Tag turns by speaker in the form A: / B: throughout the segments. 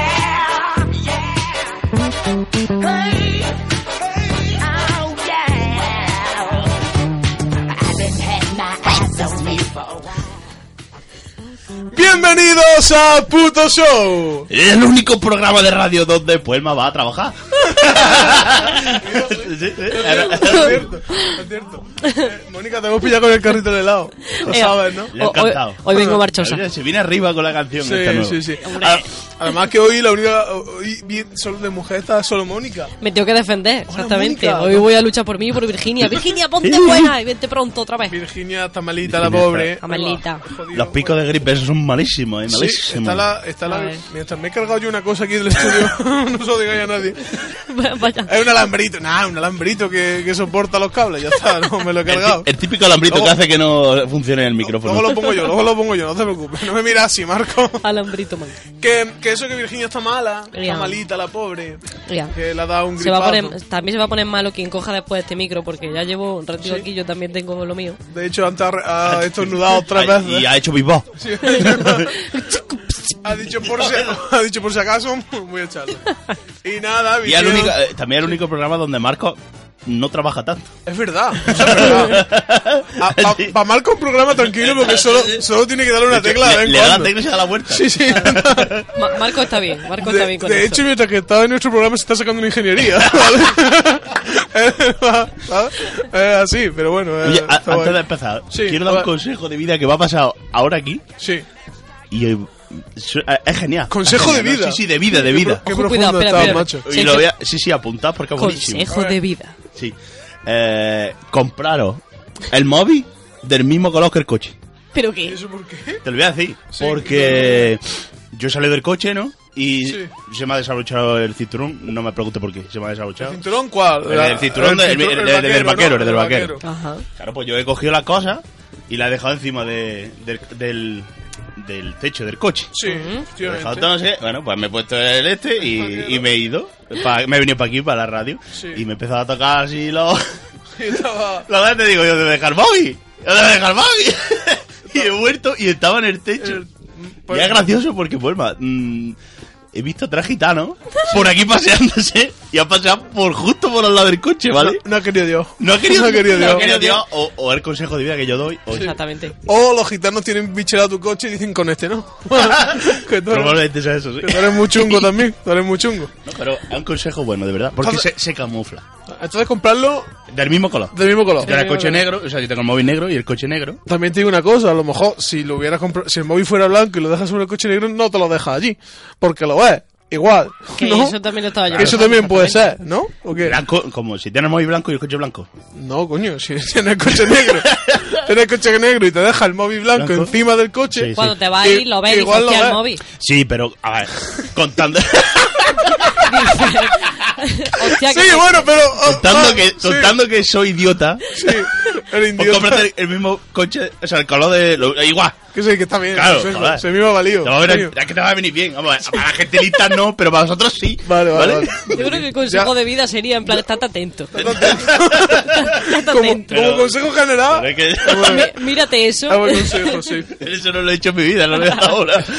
A: oh,
B: Bienvenidos a Puto Show.
C: El único programa de radio donde Puelma va a trabajar. Sí, sí,
B: Es cierto, es cierto. Eh, Mónica, te hemos pillado con el carrito de helado. Lo
D: Eh,
B: sabes, ¿no?
C: Le ha
D: Hoy-
C: encantado.
D: hoy vengo marchosa.
C: Mira, Se viene arriba con la canción esta
B: Sí,
C: nueva.
B: sí, sí. A- Además que hoy la única hoy vi- solo de mujer está solo Mónica.
D: Me tengo que defender, exactamente.
B: Mónica.
D: Hoy voy a luchar por mí y por Virginia. Virginia, ponte buena y vente pronto otra vez.
B: Virginia está malita, la
C: Virginia
B: pobre.
D: está- Está malita.
B: Jodido, pues.
C: Los picos de gripe esos son malísimos, eh,
B: Sí,
C: malísimos.
B: está la, está
D: A
B: la,
D: ver.
B: mientras me he cargado yo una cosa aquí del estudio, no se lo digáis a nadie.
D: Vaya.
B: Es un alambrito, nada, un alambrito que, que soporta los cables, ya está, no me lo he
C: El, ti-
B: cargado.
C: el típico alambrito
B: Luego-
C: que hace que no funcione el micrófono.
B: Luego lo pongo yo, luego lo pongo yo, no te preocupes, no me miras así, Marco.
D: Alambrito, man.
B: Que, que eso que Virginia está mala, está
D: Ya.
B: malita la pobre,
D: Ya.
B: que le ha dado un
D: Se va a
B: gripazo.
D: poner, también se va a poner malo quien coja después este micro, porque ya llevo un ratito
B: Sí.
D: aquí, yo también tengo lo mío.
B: De hecho, antes ha re- ha estornudado tres
C: Ay,
B: veces.
C: Y ha hecho beatbox.
B: Sí. ha, dicho por si, ha dicho por si acaso, voy a echarle. Y nada,
C: Y es el
B: vinieron-
C: único- eh, también es el único programa donde Marco no trabaja tanto.
B: Es verdad, eso es verdad. A- pa-
C: Sí.
B: pa Marco un programa tranquilo porque solo, solo tiene que darle una tecla de
C: le,
B: vez en
C: le da la
B: cuando.
C: tecla y se da la vuelta.
B: Sí, sí.
D: Ma- Marco está bien, Marco está
B: De,
D: bien con
B: de
D: eso.
B: hecho, mientras que estaba en nuestro programa se está sacando una ingeniería, ¿vale? ¿Sabes? Es así, pero bueno. eh,
C: Oye, a-
B: está
C: antes
B: bueno.
C: de empezar,
B: Sí,
C: quiero
B: a
C: dar un
B: ver.
C: consejo de vida que va a pasar ahora aquí.
B: Sí.
C: Y eh, su- eh, es genial.
B: Consejo
C: Es
B: de
C: genial, ¿no?
B: vida.
C: Sí, sí, de vida, de vida.
B: Qué
D: Ojo,
B: profundo
D: cuidado, espera,
B: estaba,
D: espera.
B: macho.
C: Y lo voy a- sí, sí, apuntad porque es buenísimo.
D: Consejo de vida.
C: Sí. Eh, compraros el móvil del mismo color que el coche.
D: ¿Pero qué?
B: ¿Eso por
D: ¿Eh?
B: qué?
C: Te lo voy a decir.
B: Sí,
C: porque yo salí del coche, ¿no? Y
B: Sí.
C: se me ha desabrochado el cinturón. No me pregunte por qué. Se me ha desabrochado.
B: ¿Cinturón cuál? Ah,
C: El, el cinturón del-
B: cinturón,
C: el- el- del vaquero,
B: ¿no?
C: el del vaquero.
D: Ajá.
C: Claro, pues yo he cogido la cosa y la he dejado encima de, del, del, del techo del coche.
B: Sí,
C: Lo he dejado
B: efectivamente.
C: todo, no sé. Bueno, pues me he puesto el este y, y me he ido. Pa- me he venido para aquí, para la radio.
B: Sí.
C: Y me he empezado a tocar así los...
B: Y estaba-
C: La verdad te digo, yo debo dejar móvil. Yo debo dejar móvil. y he vuelto y estaba en el techo.
B: el- pues
C: y es gracioso porque, Puelma, mm, he visto tres gitanos por aquí paseándose y ha pasado por justo por al lado del coche, ¿vale?
B: No ha querido Dios.
C: No ha querido,
B: No ha querido Dios.
C: no ha querido Dios, O, o el consejo de vida que yo doy. O
D: Exactamente.
B: O Oh, los gitanos tienen bichado tu coche y dicen con este, ¿no? que, tú eres,
C: Probablemente sea eso, sí.
B: que tú eres muy chungo también. Tú eres muy chungo.
C: No, pero es un consejo bueno, de verdad. Porque
B: Entonces-
C: se, se camufla.
B: Entonces comprarlo
C: Del mismo color.
B: del mismo color.
C: Yo era el coche negro, o sea, yo tengo el móvil negro y el coche negro.
B: También te digo una cosa, a lo mejor si lo hubieras comprado, si el móvil fuera blanco y lo dejas sobre el coche negro, no te lo dejas allí, porque lo ves, igual,
D: Que
B: ¿no?
D: eso también lo estaba yo.
B: Que eso también puede ser, ¿no? ¿O qué?
C: Blanco, como si tienes el móvil blanco y el coche blanco.
B: No, coño, si tienes coche negro, tienes coche negro y te deja el móvil blanco,
C: Blanco.
B: encima del coche.
C: Sí, sí.
D: Cuando te vas ahí, lo ves y
B: Igual
D: dices,
B: lo
D: "Hostia, el
B: ves".
D: móvil.
C: Sí, pero, a ver, contando,
D: Hostia, que
B: Sí, bueno, pero ah,
C: contando,
B: ah,
C: que,
B: sí,
C: contando que soy idiota,
B: sí, el
C: o
B: indio.
C: cómprate el- el mismo coche, o sea, el color de... lo- igual.
B: Que sí, que está bien.
C: Claro,
B: consejo,
C: joder.
B: se me iba
C: Te
B: valido.
C: va a ver-
B: coño.
C: es que te va a venir bien. Vamos a ver, para la gente lista no, pero para nosotros sí.
B: Vale, vale,
D: Yo creo que el consejo
B: Ya.
D: de vida sería, en plan, estate atento. estate
B: Como, como
D: atento.
C: Pero-
B: consejo general,
C: Pero es que-
B: ah, bueno,
D: Mí- Mírate eso.
B: ah, bueno, consejo, sí.
C: Eso no lo he hecho en mi vida, no lo he hecho ahora.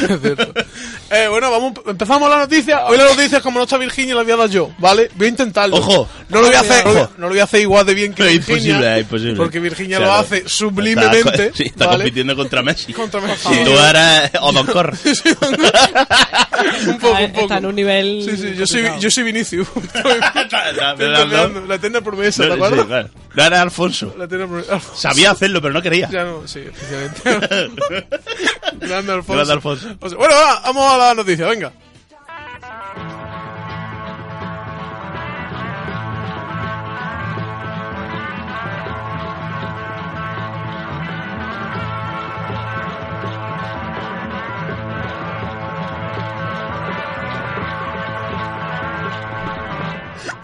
B: Eh, bueno, vamos, empezamos la noticia. Hoy la noticia, como no está Virginia, la voy a dar yo, ¿vale? Voy a intentarlo.
C: Ojo.
B: No lo voy a hacer,
C: Ojo.
B: no, lo voy a hacer igual de bien que
C: Es
B: Virginia.
C: imposible, es imposible.
B: Porque Virginia
C: O sea,
B: lo hace sublimemente.
C: Está, sí, está
B: ¿vale?
C: compitiendo contra Messi.
B: Contra Messi.
C: Si tú eres Odoncorra.
B: un poco,
D: Está-
B: un poco.
D: Está en un nivel.
B: Sí, sí, yo soy, yo soy Vinicius.
C: está,
B: Estoy
C: está,
B: peleando. La eterna promesa, ¿te
C: No, sí,
B: acuerdas?
C: claro. No era Alfonso.
B: La eterna promesa.
C: Sabía hacerlo, pero no quería.
B: Ya no, sí, oficialmente. Grande Alfonso.
C: Grande Alfonso.
B: O sea, Pues, bueno, va, vamos a la noticia, venga.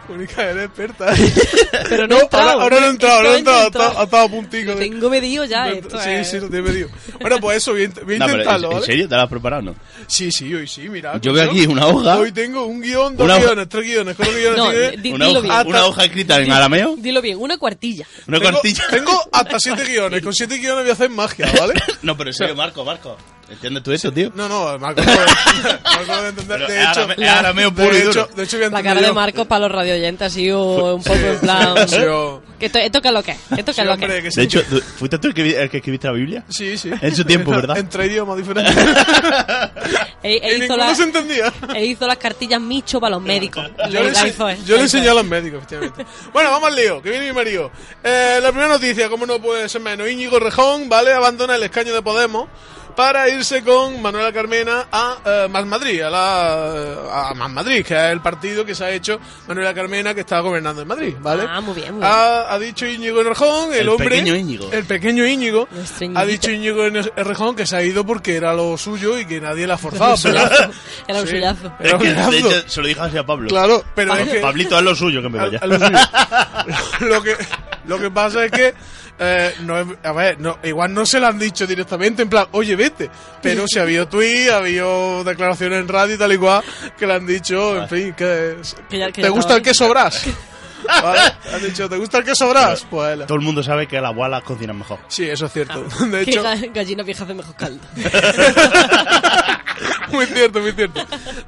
B: Verónica eres experta.
D: Pero no,
B: No,
D: he entrado.
B: ahora, ahora no he entrado, no he
D: Efectivamente
B: entrado,
D: he entrado.
B: ha estado a puntico.
D: Lo
B: de-
D: tengo medido ya.
B: de-
D: esto eh.
B: sí,
D: es-
B: sí, lo tiene medio. Bueno, pues eso, voy a, int- voy a
C: No, pero, ¿en,
B: intentarlo,
C: en
B: ¿vale?
C: serio? ¿Te la has preparado no?
B: Sí, sí, hoy sí, mira.
C: Yo veo
B: coño.
C: aquí una hoja.
B: Hoy tengo un guión, dos
C: Una hoja.
B: guiones, tres guiones, cuatro guiones.
D: No,
B: tiene-
D: di-
C: Una
D: dilo
C: hoja,
B: bien.
C: una hoja escrita en arameo.
D: Dilo bien, una cuartilla.
C: Una
B: tengo,
C: cartilla.
B: tengo hasta siete guiones. Con siete guiones voy a hacer magia, ¿vale?
C: No, pero en serio, Marco, Marco. ¿Entiendes tú eso, tío?
B: No, no, Marco, no, Marco lo va a entender.
C: Pero
B: De
C: es
B: hecho,
C: arame- es arameo
B: de
C: puro y duro.
B: hecho, de hecho voy a
D: La
B: entender
D: cara de
B: yo.
D: Marcos para los radioyentes ha sido un poco en plan...
B: Sí, yo-
D: que esto, esto que es lo que es, esto que
B: sí,
D: es lo que
B: hombre,
D: es.
B: que sí.
C: De hecho, tú- fuiste tú el que, el que escribiste la Biblia.
B: Sí, sí.
C: En su tiempo, ¿verdad?
B: En tres idiomas diferentes.
D: Él- él
B: y
D: hizo
B: ninguno
D: la-
B: se entendía.
D: él hizo las cartillas micho para los médicos.
B: Yo le,
D: La
B: ense-
D: hizo él,
B: yo le
D: la hizo
B: enseñé a
D: él.
B: los médicos, efectivamente. Bueno, vamos al lío, que viene mi marido. Eh, la primera noticia, como no puede ser menos, Íñigo Rejón, ¿vale? Abandona el escaño de Podemos para irse con Manuela Carmena a eh, Más Madrid, a, la, eh, a Más Madrid, que es el partido que se ha hecho Manuela Carmena, que está gobernando en Madrid, ¿vale?
D: Ah, muy bien, muy bien.
B: Ha, ha dicho Íñigo Rejón, el,
C: El
B: hombre...
C: pequeño Íñigo.
B: El pequeño Íñigo.
D: Nuestro Íñiguito.
B: Ha dicho Íñigo Rejón que se ha ido porque era lo suyo y que nadie la forzaba. pero-
D: Era un
B: Sí,
D: suyazo.
B: era
C: Es
B: un
C: que, de
B: suyazo.
C: hecho, se lo dijo así a Pablo.
B: Claro, pero es que...
C: Pablito, es lo suyo que me
B: Al-
C: vaya.
B: al usuario. lo que lo que pasa es que eh, no es- a ver, no, igual no se lo han dicho directamente en plan, oye, vete. Pero si ha habido tweet, ha habido declaraciones en radio y tal y cual que le han dicho, en fin, que,
D: Que ya- que
B: te
D: ya
B: gusta el
D: estaba.
B: queso brás. Vale, Han dicho, ¿te gusta el queso brás? Pues él.
C: Todo el mundo sabe que las abuelas cocinan mejor.
B: Sí, eso es cierto. De
D: Ah. Que
B: hecho,
D: ga- gallina vieja hace mejor caldo.
B: muy cierto, muy cierto.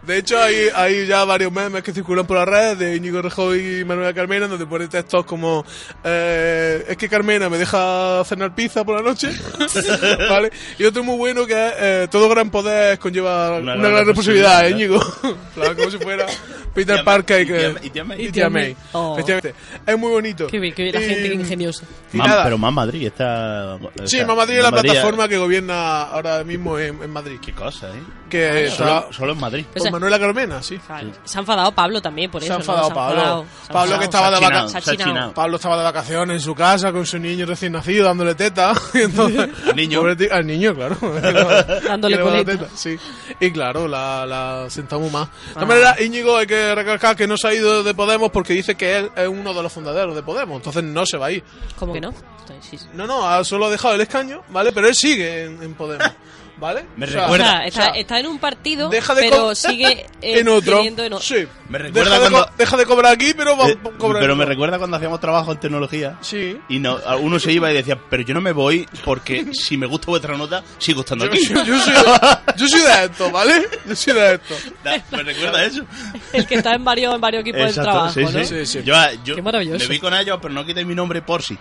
B: De hecho, hay, hay ya varios memes que circulan por las redes de Íñigo Rejoy y Manuela Carmena, donde pone textos como: eh, Es que Carmena me deja cenar pizza por la noche. ¿Vale? Y otro muy bueno que es: eh, Todo gran poder conlleva una, gran, responsabilidad, ¿eh, Íñigo. Claro, como si fuera Peter Parker y, que-
C: Y tía May.
B: y tía May.
D: Oh.
B: Efectivamente. Es muy bonito.
D: Qué bien, qué bien, la
B: Y-
D: gente que ingeniosa.
B: y
C: Mam-
B: nada.
C: pero Más Madrid está.
B: Sí,
C: está-
B: Mamá Madrid es la
C: Más Madrid-
B: plataforma que gobierna ahora mismo en, en Madrid.
C: Qué cosa, ¿eh?
B: Que está
C: Solo, solo en Madrid.
B: con Manuela Carmena, sí.
D: Se ha enfadado Pablo también por
B: Se
D: eso.
B: ha
D: ¿no?
B: enfadado Pablo.
D: se ha
B: Pablo que
D: enfadado.
B: estaba de
C: chinado,
B: vacaciones.
D: Se ha
C: se ha
D: chinado.
C: chinado.
B: Pablo estaba de vacaciones en su casa con su niño recién nacido dándole teta. Y entonces,
C: Al niño.
B: Pobre tío- al niño, claro.
D: Dándole
B: Que le va a dar
D: coleta.
B: teta, Sí. Y claro, la, la sentamos más.
C: Ah.
B: De todas maneras, Íñigo hay que recalcar que no se ha ido de Podemos porque dice que él es uno de los fundaderos de Podemos. Entonces no se va a ir.
D: ¿Cómo que no? Estoy- sí, sí.
B: No, no, ha- solo ha dejado el escaño, ¿vale? Pero él sigue en, en Podemos. ¿Vale?
C: Me
D: O
C: recuerda-
D: sea, está,
B: o sea,
D: está en un partido,
B: Deja de co-
D: pero sigue eh,
B: en otro.
D: teniendo en o-
B: Sí.
C: Me recuerda
B: deja, de
C: cuando-
B: co- deja de cobrar aquí, pero va
C: Eh,
B: a cobrar.
C: pero
B: en
C: me
B: otro.
C: recuerda cuando hacíamos trabajo en tecnología.
B: Sí.
C: Y no, a- uno se iba y decía, pero yo no me voy porque si me gusta vuestra nota, sigo estando
B: Yo,
C: aquí.
B: yo- yo soy, yo soy de esto, ¿vale? Yo soy de esto.
C: Da- me recuerda eso.
D: El que está en varios, en varios equipos del trabajo,
C: sí,
D: ¿no?
C: sí.
B: Sí, sí.
C: Yo, a- yo
D: Qué maravilloso.
C: me vi con ellos, pero no quité mi nombre por sí.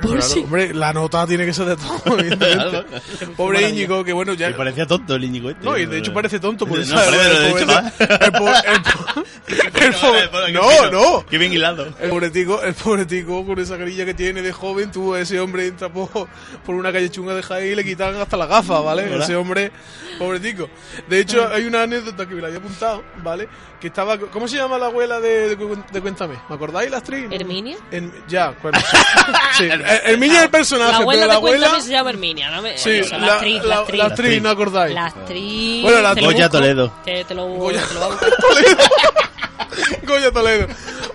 D: Pues sí.
B: Hombre, la nota tiene que ser de todo, evidentemente. Pobre Íñigo, que bueno, ya...
C: Me parecía tonto el Íñigo este.
B: No, y de hecho eh. parece tonto por
C: No,
B: eso.
C: parece, pero de hecho,
B: pues, el pobre... El pobre- el pobre-
C: Qué
B: no,
C: fino,
B: no.
C: Qué bien hilado.
B: El pobretico, el pobretico con esa carilla que tiene de joven, tú, ese hombre entra por, por una calle chunga de Jaén y le quitan hasta la gafa, ¿vale?
C: ¿Verdad?
B: Ese hombre, pobretico. De hecho, hay una anécdota que me la había apuntado, ¿vale? Que estaba, ¿cómo se llama la abuela de, de, Cu- de Cuéntame? ¿Me acordáis la actriz?
D: ¿Herminia?
B: En- ya, bueno. sí. Sí, Her- Herminia es el personaje,
D: La abuela
B: pero la
D: de Cuéntame
B: abuela...
D: se llama Herminia, ¿no? Me-
B: Sí,
D: o sea,
B: la,
D: la, actriz, la
B: la-
D: actriz.
B: la actriz, ¿no acordáis?
D: La actriz.
B: Bueno, la
D: te lo
C: Goya
D: busco,
C: Toledo.
D: Te, te lo,
B: Goya-
D: te lo voy a buscar.
B: Toledo. Goya Toledo.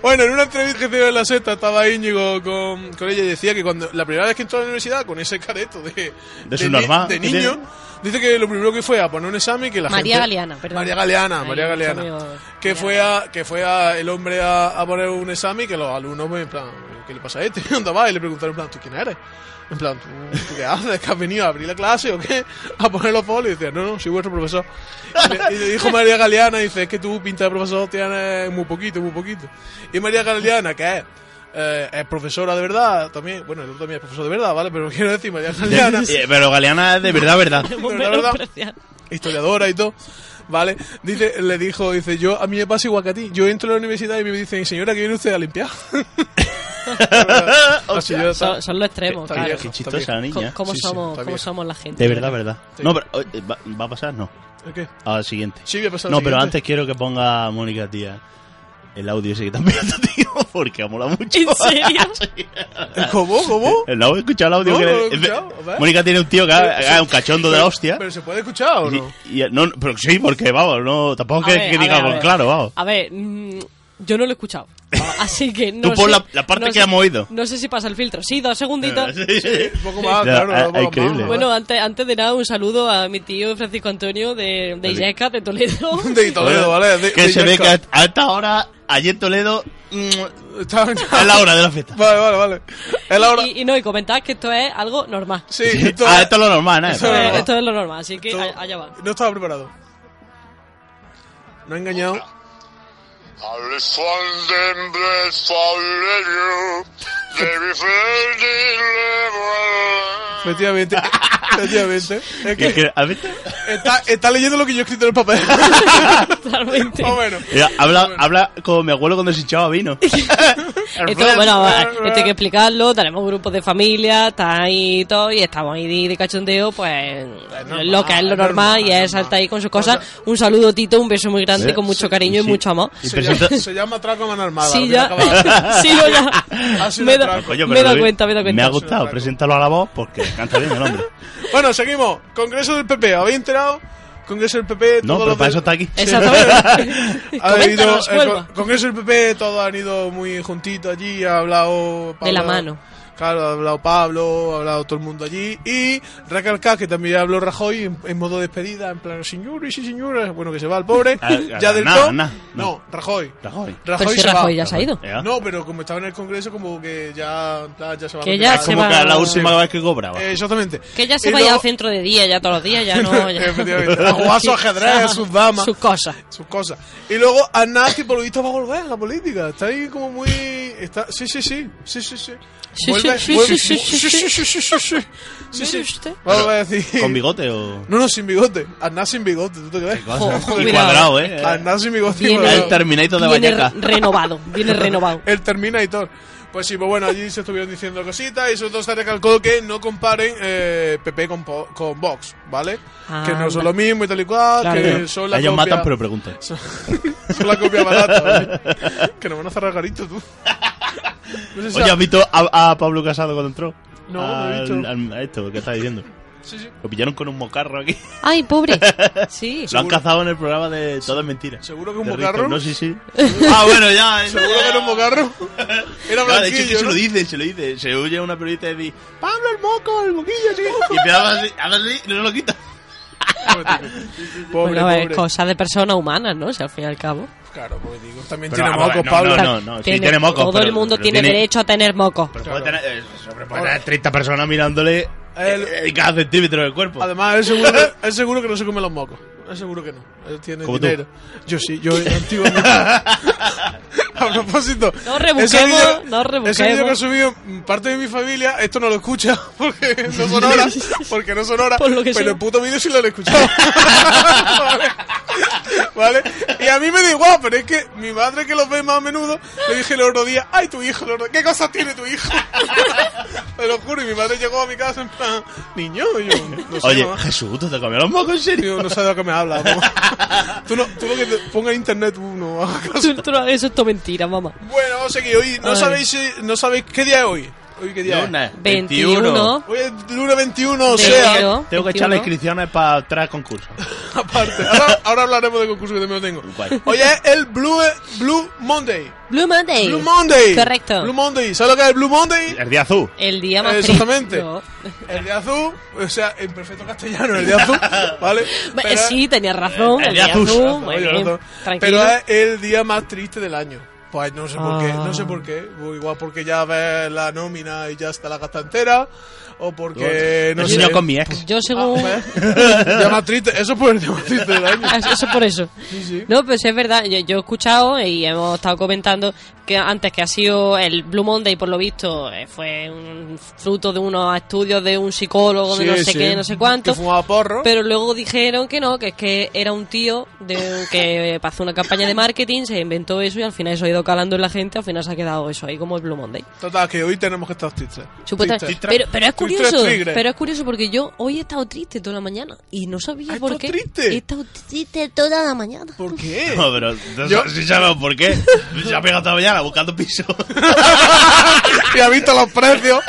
B: Bueno, en una entrevista que hicieron en la sexta estaba Íñigo con, con ella y decía que cuando la primera vez que entró a la universidad con ese careto de,
C: su
B: ni-
C: normal,
B: de
C: que
B: niño,
C: tiene.
B: dice que lo primero que fue a poner un examen y que la
D: María
B: gente-
D: Galeana, perdón.
B: María Galeana,
D: Ay,
B: María Galeana.
D: mucho amigo.
B: Que
D: María
B: fue a, que fue a el hombre a, a poner un examen y que los alumnos pues, en plan, ¿qué le pasa a este? ¿Dónde va? Y le preguntaron en plan, ¿tú quién eres? En plan, ¿tú, tú qué haces? ¿Que has venido a abrir la clase o qué? A poner los folios. Y dice, no, no, soy vuestro profesor. Y le, y le dijo María Galeana, dice, es que tú pinta de profesor tienes muy poquito, muy poquito. Y María Galeana, que es, eh, es profesora de verdad, también, bueno, tú también es profesor de verdad, ¿vale? Pero quiero decir, María Galeana,
C: Eh, Pero Galeana es de verdad, verdad.
B: Pero la verdad-
D: Menospreciar.
B: historiadora y todo. Vale, dice, le dijo, dice, yo a mí me pasa igual que a ti. Yo entro a la universidad y me dicen, señora, que viene usted a limpiar. La señora está-
D: Son, son los extremos,
B: Está
D: claro.
B: vieja,
C: Qué
B: está
C: chistosa la
B: bien.
D: Co-
C: niña.
D: ¿Cómo,
B: Sí, sí,
D: somos,
B: está
D: cómo
B: bien.
D: somos la gente?
C: De verdad, verdad.
B: Sí.
C: No, pero eh, va, va a pasar, no.
B: ¿El qué?
C: Al siguiente.
B: Sí, voy a pasar al
C: No, pero
B: siguiente.
C: antes quiero que ponga Mónica, tía, el audio ese que también tío, porque mola mucho.
D: ¿En serio?
B: ¿Cómo? ¿Cómo?
C: El audio, he escuchado el audio
B: No,
C: que
B: no lo
C: le-
B: he escuchado, a ver.
C: Mónica tiene un tío que
B: Pero-
C: ha- ha un cachondo de la hostia.
B: ¿Pero se puede escuchar o no?
C: Y- y- no, no, pero sí, porque vamos, no, tampoco
D: A
C: que,
D: ver,
C: que
D: a ver, a
C: digamos,
D: ver.
C: claro, vamos.
D: A ver, mm, Yo no lo he escuchado. Así que no
C: Tú pon
D: sé-
C: la- la parte
D: no
C: que
D: sé-
C: hemos oído.
D: No sé si pasa el filtro. Sí, dos segunditos.
B: Un poco más,
C: Ya,
B: claro.
C: ah,
B: un poco
C: increíble.
B: más.
D: Bueno, antes, antes de nada, un saludo a mi tío Francisco Antonio de, de Illescas, de Toledo.
B: de Toledo, ¿vale? De-
C: que
B: de
C: se ve que
B: Yesca.
C: a esta hora, ayer en Toledo, mm,
B: Está-
C: es la hora de la fiesta.
B: Vale, vale, vale. Es la hora.
D: Y, y no, y comentad que esto es algo normal.
B: Sí, esto-
C: Ah, esto es lo normal, ¿eh?
B: Eso
D: Esto
B: es
D: es-
B: normal.
D: esto es lo normal, así que
B: esto-
D: a- allá va.
B: No estaba preparado. No ha engañado.
E: Alle Svandenblet faller jo, det vi ferdig lever.
B: Efectivamente. Efectivamente. Es
C: Que-
B: que
C: que- ¿Has visto?
B: está, está leyendo lo que yo he escrito en el papel. Pues
D: Totalmente.
B: Más o menos.
C: Mira, habla, habla como mi abuelo cuando se hinchaba vino.
D: Esto, bueno, va, esto hay que explicarlo, tenemos grupos de familia, está ahí y todo, y estamos ahí de, de cachondeo, pues
B: normal,
D: lo que es lo
B: es
D: normal,
B: normal,
D: y
B: es
D: es
B: normal.
D: saltar ahí con sus cosas. Un saludo, Tito, un beso muy grande,
C: Sí,
D: con mucho
C: sí,
D: cariño
C: sí.
D: y mucho amor.
C: Y
B: Se
C: presenta...
B: llama, se llama atraco a mano armada. lo
D: Sí,
B: que
D: ya.
B: acaba de-
D: sí, no, ya.
B: Ha sido
D: Me
B: un
D: da,
B: atraco.
C: Coño,
D: me
C: pero
D: he dado
C: David,
D: cuenta, me he dado
C: Me ha
D: cuenta.
C: gustado, preséntalo a la voz porque canta bien el hombre.
B: Bueno, seguimos. Congreso del PP. ¿Habéis enterado? Congreso del PP.
C: No,
B: todos
C: pero
B: los
C: para
B: de-
C: eso está aquí.
D: Exactamente.
B: Ha habido,
D: Coméntanos,
B: el
D: Huelva.
B: con- Congreso del PP, todos han ido muy juntitos allí, ha hablado Pablo.
D: De la mano.
B: Claro, ha hablado Pablo, ha hablado todo el mundo allí. Y recalcar que también habló Rajoy en, en modo despedida, en plan, señores y señoras, bueno, que se va el pobre.
C: Ah,
B: ya
C: ah,
B: del
C: nah,
B: todo.
C: nah,
B: no, Rajoy.
C: Rajoy.
B: Rajoy
D: Pero si
B: se
D: Pues Rajoy
B: va.
D: ya se ha ido.
C: ¿Ya?
B: No, pero como estaba en el Congreso, como que ya, en plan, ya se va.
D: Que
B: a
D: ya
B: retirar.
C: Es
D: se
C: como
D: va-
C: que la última vez que cobraba.
B: Eh, exactamente.
D: Que ya se
B: Y
D: vaya
B: luego-
D: al centro de día, ya todos los días, ya no. Ya.
B: Efectivamente, a jugar su ajedrez,
D: Ajá,
B: sus damas.
D: Sus cosas.
B: sus cosas. Y luego Aznar, que por lo visto va a volver a la política. Está ahí como muy... Está... Sí, sí, sí. Sí, sí, sí.
D: Sí,
B: Vuelve-
D: sí,
B: vuelve-
D: sí, sí, sí,
B: sí, sí, sí, sí, sí. Sí,
D: Mire
B: sí.
D: usted.
B: Vamos a decir...
C: ¿Con bigote o...?
B: No, no, sin bigote. Aznar sin bigote, ¿tú te crees?
D: Jo, jo,
C: Y
D: cuidado.
C: cuadrado, ¿eh?
B: Aznar sin bigote.
D: Viene-
B: pero-
C: El Terminator de
D: Viene
C: Vallecas.
D: re- renovado, viene renovado.
B: el Terminator. Pues sí, pues bueno, allí se estuvieron diciendo cositas y sobre todo se recalcó que no comparen eh, PP con, po- con Vox, ¿vale? que no son
D: Anda.
B: lo mismo y tal y cual,
D: Ah, Claro.
B: que son la
C: Ellos
B: copia...
C: matan, pero preguntan.
B: Son, son la copia barata, ¿vale? Que nos van a cerrar garito, tú. No sé si
C: Oye,
B: a-
C: ¿has visto a, a Pablo Casado cuando entró?
B: No, no he
C: Al-
B: visto.
C: al- a esto que está diciendo.
B: sí, sí.
C: Lo pillaron con un mocarro aquí.
D: Ay, pobre. Sí.
C: Lo han
B: Seguro.
C: cazado en el programa de Todo es Mentira.
B: ¿Seguro que un
C: De Risto.
B: mocarro?
C: No, sí, sí. ah, bueno, ya. eh,
B: ¿Seguro que era un mocarro? Era
C: Claro, de hecho, es que
B: blanquillo,
C: se
B: ¿no?
C: lo dice, se lo dice. Se oye una periodista y dice, Pablo, el moco, el moquillo, sí. Y empezaba así, habla así, y no lo quita.
B: Pobre,
D: bueno,
B: pobre.
D: es cosa de personas humanas, ¿no? Si al fin y al cabo.
B: Claro, porque digo, también
C: Pero,
B: tiene
C: vamos a ver,
B: mocos,
C: no,
B: Pablo.
C: no, no, no, sí, tiene mocos,
D: Todo
C: pero-
D: el mundo
C: pero
D: tiene,
C: tiene-
D: derecho a tener mocos.
C: Pero
B: Claro.
C: puede tener, eh, sobre- puede tener 30 personas mirándole
B: El-
C: eh, eh, cada centímetro del cuerpo.
B: Además, es seguro, que, él seguro que no se come los mocos. Es seguro que no. Él tiene
C: Como tú.
B: dinero. Yo sí, yo antiguamente. A propósito.
D: No rebuquemos,
B: ese vídeo-
D: no rebuquemos.
B: Ese vídeo que ha subido mm, parte de mi familia, esto no lo escucha porque no son horas. Porque no son horas.
D: Por lo que
B: pero
D: sea.
B: el puto vídeo sí lo han escuchado. vale. ¿Vale? Y a mí me da igual, pero es que mi madre que los ve más a menudo, le dije el otro día, ay, tu hijo, el otro- ¿qué cosas tiene tu hijo? Te lo juro, y mi madre llegó a mi casa en plan, niño, y yo, no sé,
C: Oye,
B: mamá.
C: Jesús, ¿tú te comió los mocos en serio?
B: Digo, no sabes de lo que me hablas. mamá. Tú, no, tú lo que te ponga en internet uno. haga caso.
D: Tú- tú no- Eso es todo mentira, mamá.
B: Bueno, vamos a seguir. Hoy no
D: Ay.
B: sabéis, si- no sabéis qué día es hoy. Hoy qué día es.
D: 21.
B: Hoy es lunes 21, o
D: de
B: sea,
D: enero,
C: Tengo que echar
D: 21.
C: las inscripciones para tres concursos.
B: aparte. Ahora, ahora hablaremos del concurso que también lo tengo.
C: Guay.
B: Hoy es el Blue, Blue Monday.
D: Blue Monday.
B: Blue Monday.
D: Correcto.
B: Blue Monday. ¿Sabes lo que es el Blue Monday?
C: El día azul.
D: El día más
B: Exactamente.
D: frío.
B: El día azul, o sea, en perfecto castellano, el día azul, ¿vale?
D: Ba-
B: Pero-
D: Eh, Sí, tenías razón.
C: El
D: El,
C: día
D: día
C: azul.
D: azul, muy
B: Oye,
D: bien,
B: Lorenzo,
D: Tranquilo.
B: Pero eh, es el día más triste del año. Pues no sé por qué,
D: Ah.
B: no sé por qué. O Igual porque ya ves la nómina y ya está la gasta entera. O porque, no
C: El
B: sé.
C: niño con mi ex.
D: Yo
B: Ah,
D: según...
B: ¿ves? día más triste. Eso fue el día más triste del año.
D: Ah, Eso por eso.
B: Sí, sí.
D: No, pues es verdad. Yo, yo he escuchado y hemos estado comentando que antes que ha sido el Blue Monday, por lo visto, eh, fue un fruto de unos estudios de un psicólogo, de
B: Sí,
D: no sé
B: sí.
D: qué, no sé cuánto.
B: Que fumaba porro.
D: Pero luego dijeron que no, que es que era un tío de, que pasó una campaña de marketing, se inventó eso y al final eso ha ido calando en la gente, al final se ha quedado eso ahí como el Blue Monday.
B: Total, que hoy tenemos que estar tristes.
D: Supuesta-
B: Tristes.
D: pero, pero es
B: Tristes
D: curioso,
B: tigres.
D: pero es curioso porque yo hoy he estado triste toda la mañana y no sabía
B: ¿Has
D: por
B: estado
D: qué.
B: triste?
D: He estado triste toda la mañana.
B: ¿Por qué?
C: No, pero
B: Yo-
C: sí sabemos por qué. Se ha pegado toda la mañana buscando piso.
B: y ha visto los precios.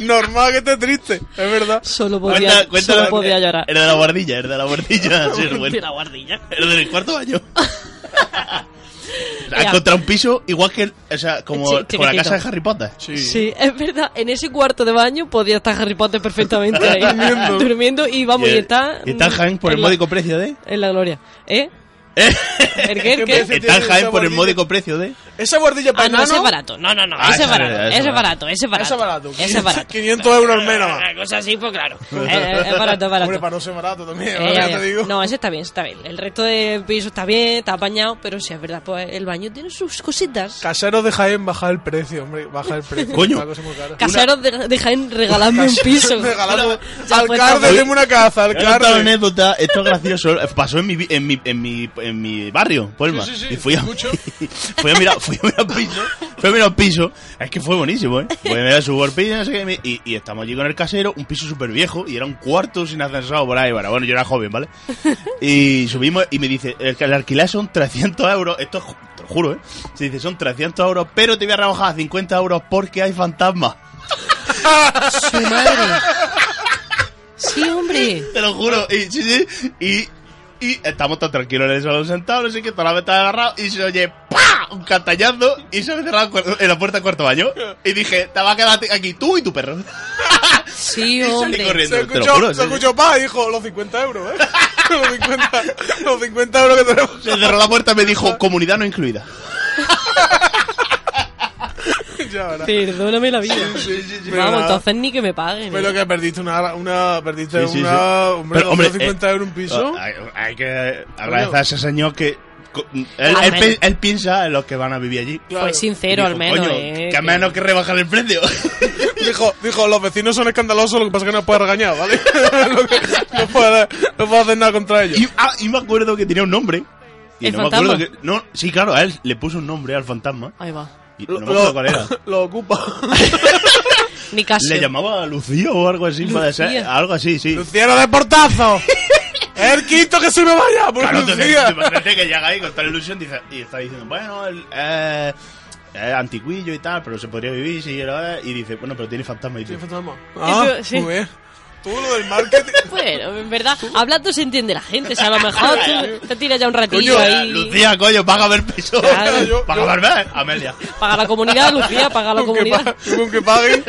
B: Normal que esté triste, es verdad.
D: Solo podía,
C: Cuenta- cuéntalo.
D: solo podía llorar.
C: Era de la guardilla, era de la guardilla. sí, bueno.
D: guardilla.
C: Era del cuarto baño. Ha encontrado un piso igual que, o sea, como,
D: Sí,
C: como la
D: chiquitito.
C: casa de Harry Potter.
B: Sí.
D: Sí, es verdad. En ese cuarto de baño podía estar Harry Potter perfectamente ahí,
B: Durmiendo.
D: durmiendo y vamos, y,
C: el-
D: está...
C: y está Hank por
D: en
C: el
D: la-
C: módico precio de...
D: En la gloria. ¿Eh? ¿El qué?
B: ¿Qué
D: ¿El qué?
B: precio?
C: Está
B: tiene
C: Jaén
B: esa
C: por el
B: guardilla.
C: módico precio de...
B: Esa guardilla para
D: Ah, no, ese es
B: enano,
D: barato. No, no, no,
C: Ah,
D: ese
C: ese
D: es barato,
C: barato,
D: ese
C: ese
D: es barato, ese es barato.
B: esa barato.
D: Ese es barato.
B: 500 euros menos.
D: Una cosa así, pues claro. Eh, Es barato, es
B: Hombre, para
D: barato.
B: no ser barato también,
D: Eh,
B: ahora
D: ya,
B: que
D: ya.
B: te digo.
D: No, ese está bien, ese está bien. El resto de piso está bien, está apañado, pero sí, es verdad, pues el baño tiene sus cositas.
B: Caseros de Jaén, baja el precio, hombre, baja el precio.
C: Coño.
B: Una cosa muy cara.
D: Caseros de, de Jaén, regaladme un piso.
B: Regalado.
D: Ya fue
B: Alcalde,
D: todo.
B: deme una casa,
D: Pues
C: Claro,
D: eh.
C: otra
B: alcalde.
C: anécdota, esto es gracioso. Pasó en mi, vi- en mi, en mi, en mi barrio, Puebla.
B: Sí, sí, sí,
C: y fui a,
B: escucho.
C: fui a mirar, fui a mirar piso, fui a mirar piso. Es que fue buenísimo, ¿eh? Fui a mirar su piso, no sé qué, y me- y, y estamos allí con el casero, un piso súper viejo, y era un cuarto sin ascensado por ahí. Bueno, bueno, yo era joven, ¿vale? Y subimos y me dice, el, el alquiler son 300 euros, esto es ju- te lo juro, ¿eh? Se dice, son 300 euros, pero te voy a rebajar a 50 euros porque hay fantasmas.
D: Su madre. Sí, hombre.
C: Te lo juro. Y, sí, sí, y, y estamos tan tranquilos en el salón sentados, no sé qué, toda la ventana agarrado y se oye ¡pa! un cantallazo y se me cerraba el cuar- en la puerta del cuarto baño. Y dije, te vas a quedar aquí tú y tu perro.
D: Sí,
C: Y salí
D: hombre.
C: corriendo,
B: Se
C: te lo juro.
B: escuchó, se
C: sí, sí.
B: escuchó, pa, hijo, los 50 euros, ¿eh? Los 50, los 50 euros que tenemos.
C: Se cerró la puerta y me dijo, comunidad no incluida.
B: Ya, ahora.
D: Perdóname la vida.
B: Pero
D: Vamos,
B: nada.
D: entonces ni que me paguen.
B: Pero
D: ¿eh?
B: que perdiste una, una perdiste
C: Sí, sí,
B: una,
C: sí.
B: hombre,
C: Pero, hombre,
B: 250
C: eh,
B: euros un piso.
C: Hay, hay que agradecer a ese señor que... co- Él, él
D: menos.
C: pi- él piensa en los que van a vivir allí.
B: claro.
D: Pues sincero,
C: Y
D: al
C: dijo,
D: menos.
C: "Coño,
D: eh,
C: que a menos que rebajar el precio.
B: Dijo, dijo, los vecinos son escandalosos, lo que pasa es que no puedes regañar, ¿vale? no, no puedes no puedes hacer nada contra ellos.
C: Y, ah, y me acuerdo que tenía un nombre. Y
D: ¿El
C: no
D: fantasma?
C: me acuerdo que. No, sí, claro, a él le puso un nombre al fantasma.
D: Ahí va.
C: Y no me acuerdo cuál era.
B: lo ocupa.
D: Ni casi.
C: Le llamaba Lucía o algo así, puede ser.
D: Lucía.
C: Algo así, sí.
B: ¡Luciano de portazo! ¡El quinto que se me vaya! ¡Por
C: Claro, entonces,
B: Lucía!
C: te parece que llega ahí con tal ilusión dice- y está diciendo, bueno, el, eh, eh, antiquillo y tal, pero se podría vivir. Si era, y dice, bueno, pero tiene fantasma y tú.
B: Sí, fantasma. Ah,
D: Eso, sí.
B: muy bien. Tú lo del marketing.
D: Bueno, en verdad, hablando se entiende la gente. O sea, a lo mejor tú te tiras ya un ratillo
B: Coño,
C: Eh,
D: ahí.
C: Lucía, coño, págame el piso.
D: Claro,
B: yo-
C: Págame el mes, Amelia.
D: Paga la comunidad, Lucía, paga la
B: Con que,
D: comunidad.
B: pa- con que paguen.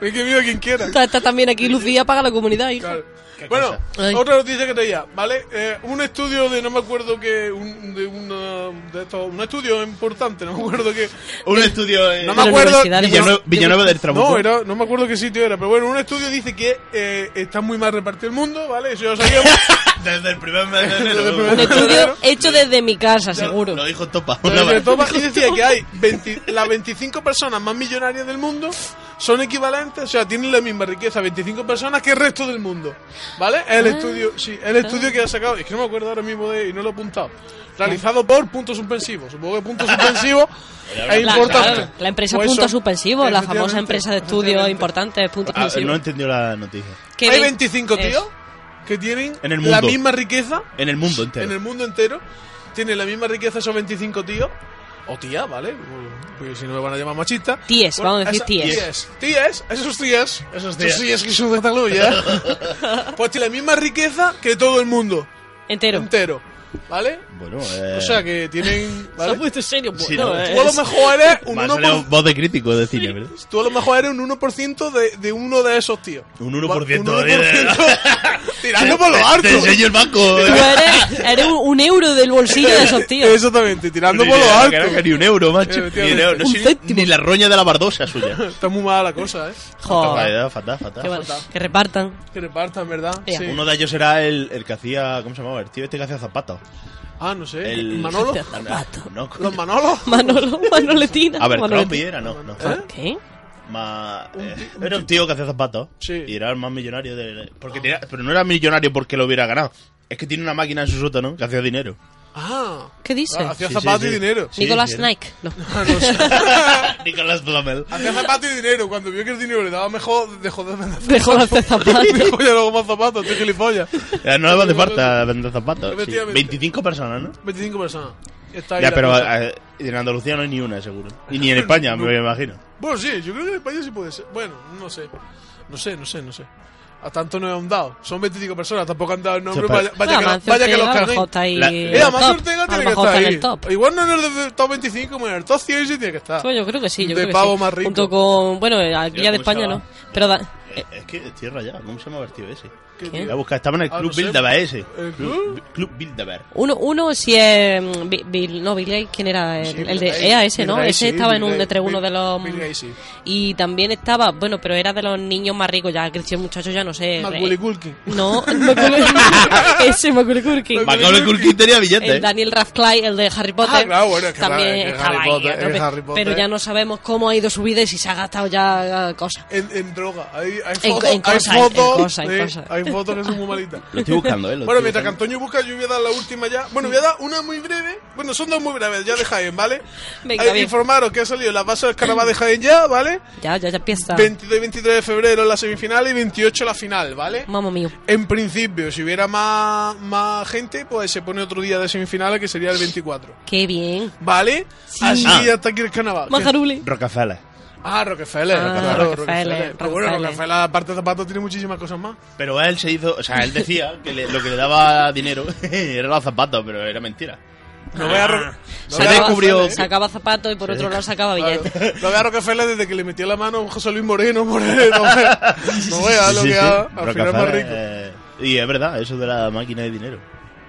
B: Ven que viva quien quiera.
D: Está, está también aquí Lucía, paga la comunidad, hija.
B: Claro.
C: Qué
B: Bueno,
C: cosa.
D: Ay.
B: otra noticia que traía, ¿vale? Eh, un estudio de, no me acuerdo que, un, de, una, de estos, un estudio importante, no me acuerdo que...
C: Un estudio. eh,
B: No
D: De
B: me
D: la
B: acuerdo...
D: universidad de-
C: Villanueva, Villanueva del Trabuco.
B: No, era, no me acuerdo qué sitio era, pero bueno, un estudio dice que eh, está muy mal repartido el mundo, ¿vale? Eso ya lo sabíamos.
C: Desde el primer mes de enero.
B: Desde el
D: Un
B: primer-
D: estudio hecho desde mi casa, seguro.
C: Lo dijo Topa.
B: Pero
C: Una
B: sobre
C: vez.
B: todo, y decía que hay 20 las 25 personas más millonarias del mundo son equivalentes, o sea, tienen la misma riqueza 25 personas que el resto del mundo. ¿Vale? El
D: Ah.
B: estudio, sí, el estudio que ha sacado, es que no me acuerdo ahora mismo de, y no lo he apuntado. Realizado por puntos suspensivos. Supongo que puntos suspensivos es
D: La,
B: importante.
D: claro, la empresa
B: Pues
D: Punto
B: eso,
D: Suspensivo, la famosa
B: efectivamente,
D: empresa de estudios
B: efectivamente.
D: importante, Punto
C: Ah,
D: Suspensivo.
C: no entendió la noticia.
D: Que
B: Hay
D: ve-
B: 25
D: es-
B: tíos que tienen
C: En el
B: la
C: mundo.
B: misma riqueza
C: En el mundo entero.
B: en el mundo entero. Tienen la misma riqueza esos 25 tíos. O tía, ¿vale? Porque si no me van a llamar machista.
D: Tíes, vamos a decir
B: esa-
D: tíes.
B: Tíes, esos tíes.
C: Esos tíes.
B: Esos tíes que son de Cataluña. pues tiene la misma riqueza que todo el mundo
D: Entero.
B: entero. ¿Vale?
C: Bueno, eh.
B: O sea que tienen.
D: Se ha
B: ¿vale?
D: puesto en serio,
C: Sí,
D: bueno,
C: no,
D: eh.
B: Tú a lo mejor eres un
C: me ha salido
B: 1%,
C: voz de crítico de cine, ¿verdad?
B: tú a lo mejor eres un 1% de, de uno de esos tíos.
C: Un
B: Un
C: 1% de-
B: 1%. Tirando por lo alto.
C: Te enseño el banco. eh.
D: Tú eres, eres un, un euro del bolsillo de esos tíos.
B: Exactamente, tirando
C: Ni
B: por lo
C: idea,
B: alto.
C: que no es Ni un euro, macho. Ni
B: Efectivamente.
C: un euro. No
D: Un
C: soy
D: céntimo.
C: ni la roña de la bardosa suya.
B: Está muy mala la cosa, ¿eh?
D: Joder,
C: Fatal, fatal, fatal.
D: qué mal. que repartan.
B: Que repartan, ¿verdad?
D: Ea.
B: Sí.
C: Uno de ellos era el, el que hacía. ¿Cómo se llamaba? El tío este que hacía zapatos.
B: Ah, no sé.
C: El-
B: ¿Manolo?
D: Hostia, zapato.
C: No, coño.
B: ¿Los Manolo?
D: Manolo, Manoletina.
C: A ver, Crombie
D: Manoletina.
C: era, no. no.
B: ¿Eh?
D: ¿Qué?
C: Ma- eh, era un tío que hacía zapatos.
B: Sí.
C: Y era el más millonario de. Porque tenía- pero no era millonario porque lo hubiera ganado. Es que tiene una máquina en su sótano que hacía dinero.
B: Ah.
D: ¿Qué dices?
B: Ah, hacía
C: Sí,
B: zapatos
C: sí, sí.
B: y dinero.
C: Sí,
D: Nicolás
C: sí.
D: Nike. No.
B: Ah, no sé.
C: Nicolás Flamel.
B: hacía zapatos y dinero. Cuando vio que el dinero le daba mejor, dejó de vender zapatos.
D: Dejó de hacer zapatos.
B: Dijo, ya luego más zapatos, estoy gilipollas.
C: Eh, No le hace falta vender zapatos. sí.
B: Efectivamente.
C: 25 personas, ¿no?
B: 25 personas. Está ahí
C: Ya,
B: la
C: pero
B: cosa.
C: eh, en Andalucía no hay ni una, seguro. Y ni en España, me imagino.
B: Bueno, sí, yo creo que en España sí puede ser. Bueno, no sé. No sé, no sé, no sé. A tanto no han dado. Son 25 personas, tampoco han dado el
C: Se
B: nombre.
C: puede-
B: Vaya, vaya que, lo- vaya que los carguéis.
C: La-
B: Eh, además Ortega
D: Ortega
B: tiene que estar ahí. Igual no en el de- top 25, como en el top 100 sí tiene que estar.
D: Pues yo creo que sí, yo
B: De
D: creo que
B: pavo
D: sí.
B: más rico.
D: Junto con, bueno, aquí
C: Mira
D: ya de
C: cómo se
D: España
C: llama.
D: no, pero da-
C: Eh, Es que estoy rayado. ¿Cómo se llama el tío ese?
B: ¿Qué?
C: Voy a buscar. Estaba en el
B: Ah,
C: Club
B: no sé.
C: Bilderberg ese.
B: ¿El
C: Club, Club Bilderberg.
D: uno, uno si es mm, Bi- Bill, no Bill Gates, ¿quién era? El,
B: Sí,
D: el
B: Bill
D: de
B: Gates,
D: EA ese,
B: Bill
D: ¿no?
B: Gates,
D: ese
B: sí,
D: estaba en
B: Bill
D: un
B: Gates,
D: entre uno
B: Bill-
D: de los
B: Bill Gates, sí.
D: y también estaba, bueno, pero era de los niños más ricos, ya creció el muchacho, ya no sé.
B: Macaulay
D: eh,
B: Culkin.
D: No, Macaulay- ese Macaulay Culkin.
C: Macaulay Culkin tenía billete.
D: El
C: eh.
D: Daniel Radcliffe, el de Harry Potter,
B: Ah, claro, bueno, es que
D: también
B: Harry- es
D: estaba
B: Harry
D: ahí,
B: Potter,
D: a tope.
B: es Harry Potter.
D: pero ya no sabemos cómo ha ido su vida y si se ha gastado ya eh, cosas.
B: En, en droga. Hay, hay
D: En-
B: fotos.
D: en
B: hay
D: cosa, en- en
B: fotos.
D: cosa, en
B: sí,
D: cosa.
B: Hay fotos que son muy malitas.
C: Lo estoy buscando, ¿eh? lo
B: Bueno,
C: estoy
B: mientras que
C: buscando.
B: Antonio busca, yo voy a dar la última ya. Bueno, voy a dar una muy breve. Bueno, son dos muy breves, ya de Jaén, ¿vale?
D: Venga,
B: Hay que
D: bien.
B: informaros que ha salido la base del carnaval de Jaén ya, ¿vale?
D: Ya, ya, ya empieza.
B: 22 y 23 de febrero la semifinal y 28 la final, ¿vale?
D: Mamma mío.
B: En principio, si hubiera más, más gente, pues se pone otro día de semifinales que sería el 24.
D: Qué bien.
B: ¿Vale?
D: Sí.
B: Así
C: Ah.
B: hasta aquí el carnaval. ¿Qué?
D: Majarule.
C: Rockefeller.
B: Ah, Rockefeller,
D: Ah,
B: claro, Rockefeller.
D: Rockefeller,
B: Pero bueno,
D: Rockefeller.
B: Rockefeller, aparte de zapatos, tiene muchísimas cosas más.
C: Pero él se hizo, o sea, él decía que le- lo que le daba dinero era los zapatos, pero era mentira.
B: No voy a Ro- no
C: Se
B: voy a
C: descubrió-
B: Rockefeller, ¿eh?
D: Sacaba zapatos y por otro lado sacaba
B: Claro.
D: billetes.
B: No vea a Rockefeller desde que le metió la mano a José Luis Moreno. Moreno. No vea, no vea lo
C: Sí,
B: que
C: sí,
B: ha.
C: sí.
B: Al final más
C: Rockefeller,
B: rico.
C: eh, y es verdad, eso de la máquina de dinero.